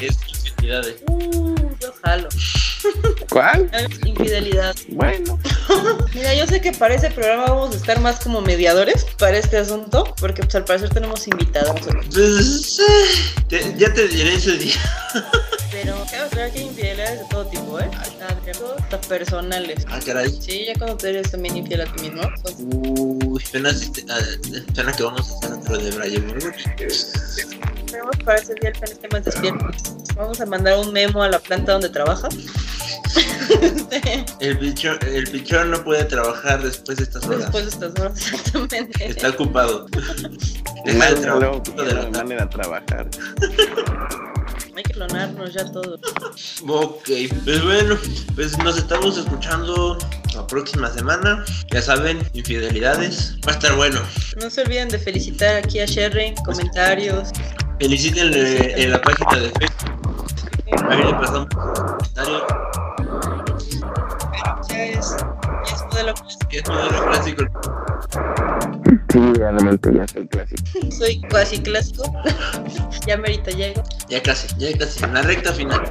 [SPEAKER 3] Es eh. infidelidades.
[SPEAKER 2] Uh, yo jalo.
[SPEAKER 4] ¿Cuál?
[SPEAKER 2] Infidelidad.
[SPEAKER 4] Bueno,
[SPEAKER 2] Mira, yo sé que para este programa vamos a estar más como mediadores para este asunto, porque pues al parecer tenemos invitados.
[SPEAKER 3] Pues, eh, te- ya te diré ese día.
[SPEAKER 2] Pero cabe aclarar que hay infidelidades de todo tipo, ¿eh? Hasta, de- hasta personales.
[SPEAKER 3] Ah, caray.
[SPEAKER 2] Sí, ya cuando tú eres también infiel a ti mismo. entonces,
[SPEAKER 3] Uy, apenas este- ah, suena que vamos a hacer otro de Brian Burger.
[SPEAKER 2] Esperemos que para ese día el plan esté más despierto. Vamos a mandar un memo a la planta donde trabaja. <laughs> Este,
[SPEAKER 3] El pichón, el pichón no puede trabajar después de estas horas.
[SPEAKER 2] Después de este. estas horas, exactamente. <laughs>
[SPEAKER 3] Está ocupado. Está de trabajo.
[SPEAKER 4] luego que me manden a trabajar.
[SPEAKER 2] Hay que clonarnos ya todo.
[SPEAKER 3] Ok, pues bueno, pues nos estamos escuchando la próxima semana. Ya saben, infidelidades. Va a estar bueno.
[SPEAKER 2] No se olviden de felicitar aquí a Sherry, comentarios.
[SPEAKER 3] Felicítenle eh, en la página de Facebook. Ahí le pasamos un comentario.
[SPEAKER 2] Ya es, ya es modelo clásico.
[SPEAKER 3] Que es modelo clásico.
[SPEAKER 4] Sí, realmente ya soy clásico.
[SPEAKER 2] Soy casi clásico. <laughs> ya merito llego.
[SPEAKER 3] Ya casi, ya casi. En la recta final.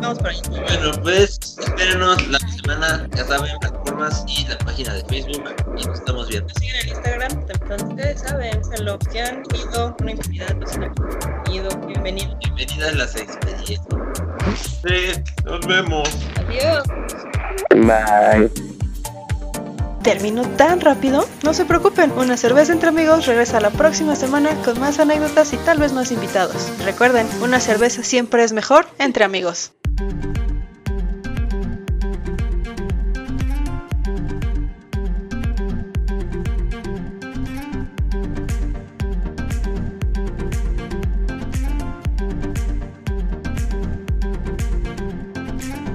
[SPEAKER 2] Vamos para allá.
[SPEAKER 3] Bueno, pues espérenos la semana. Ya saben, plataformas y la página de Facebook. Y nos estamos viendo.
[SPEAKER 2] Nos siguen en Instagram, también ustedes saben, se lo que han ido, una infinidad de personas que han ido. Bienvenido.
[SPEAKER 3] Bienvenidas las experiencias. Sí, nos vemos.
[SPEAKER 2] Adiós.
[SPEAKER 4] Bye.
[SPEAKER 2] Terminó tan rápido. No se preocupen, una cerveza entre amigos regresa la próxima semana con más anécdotas y tal vez más invitados. Recuerden, una cerveza siempre es mejor entre amigos.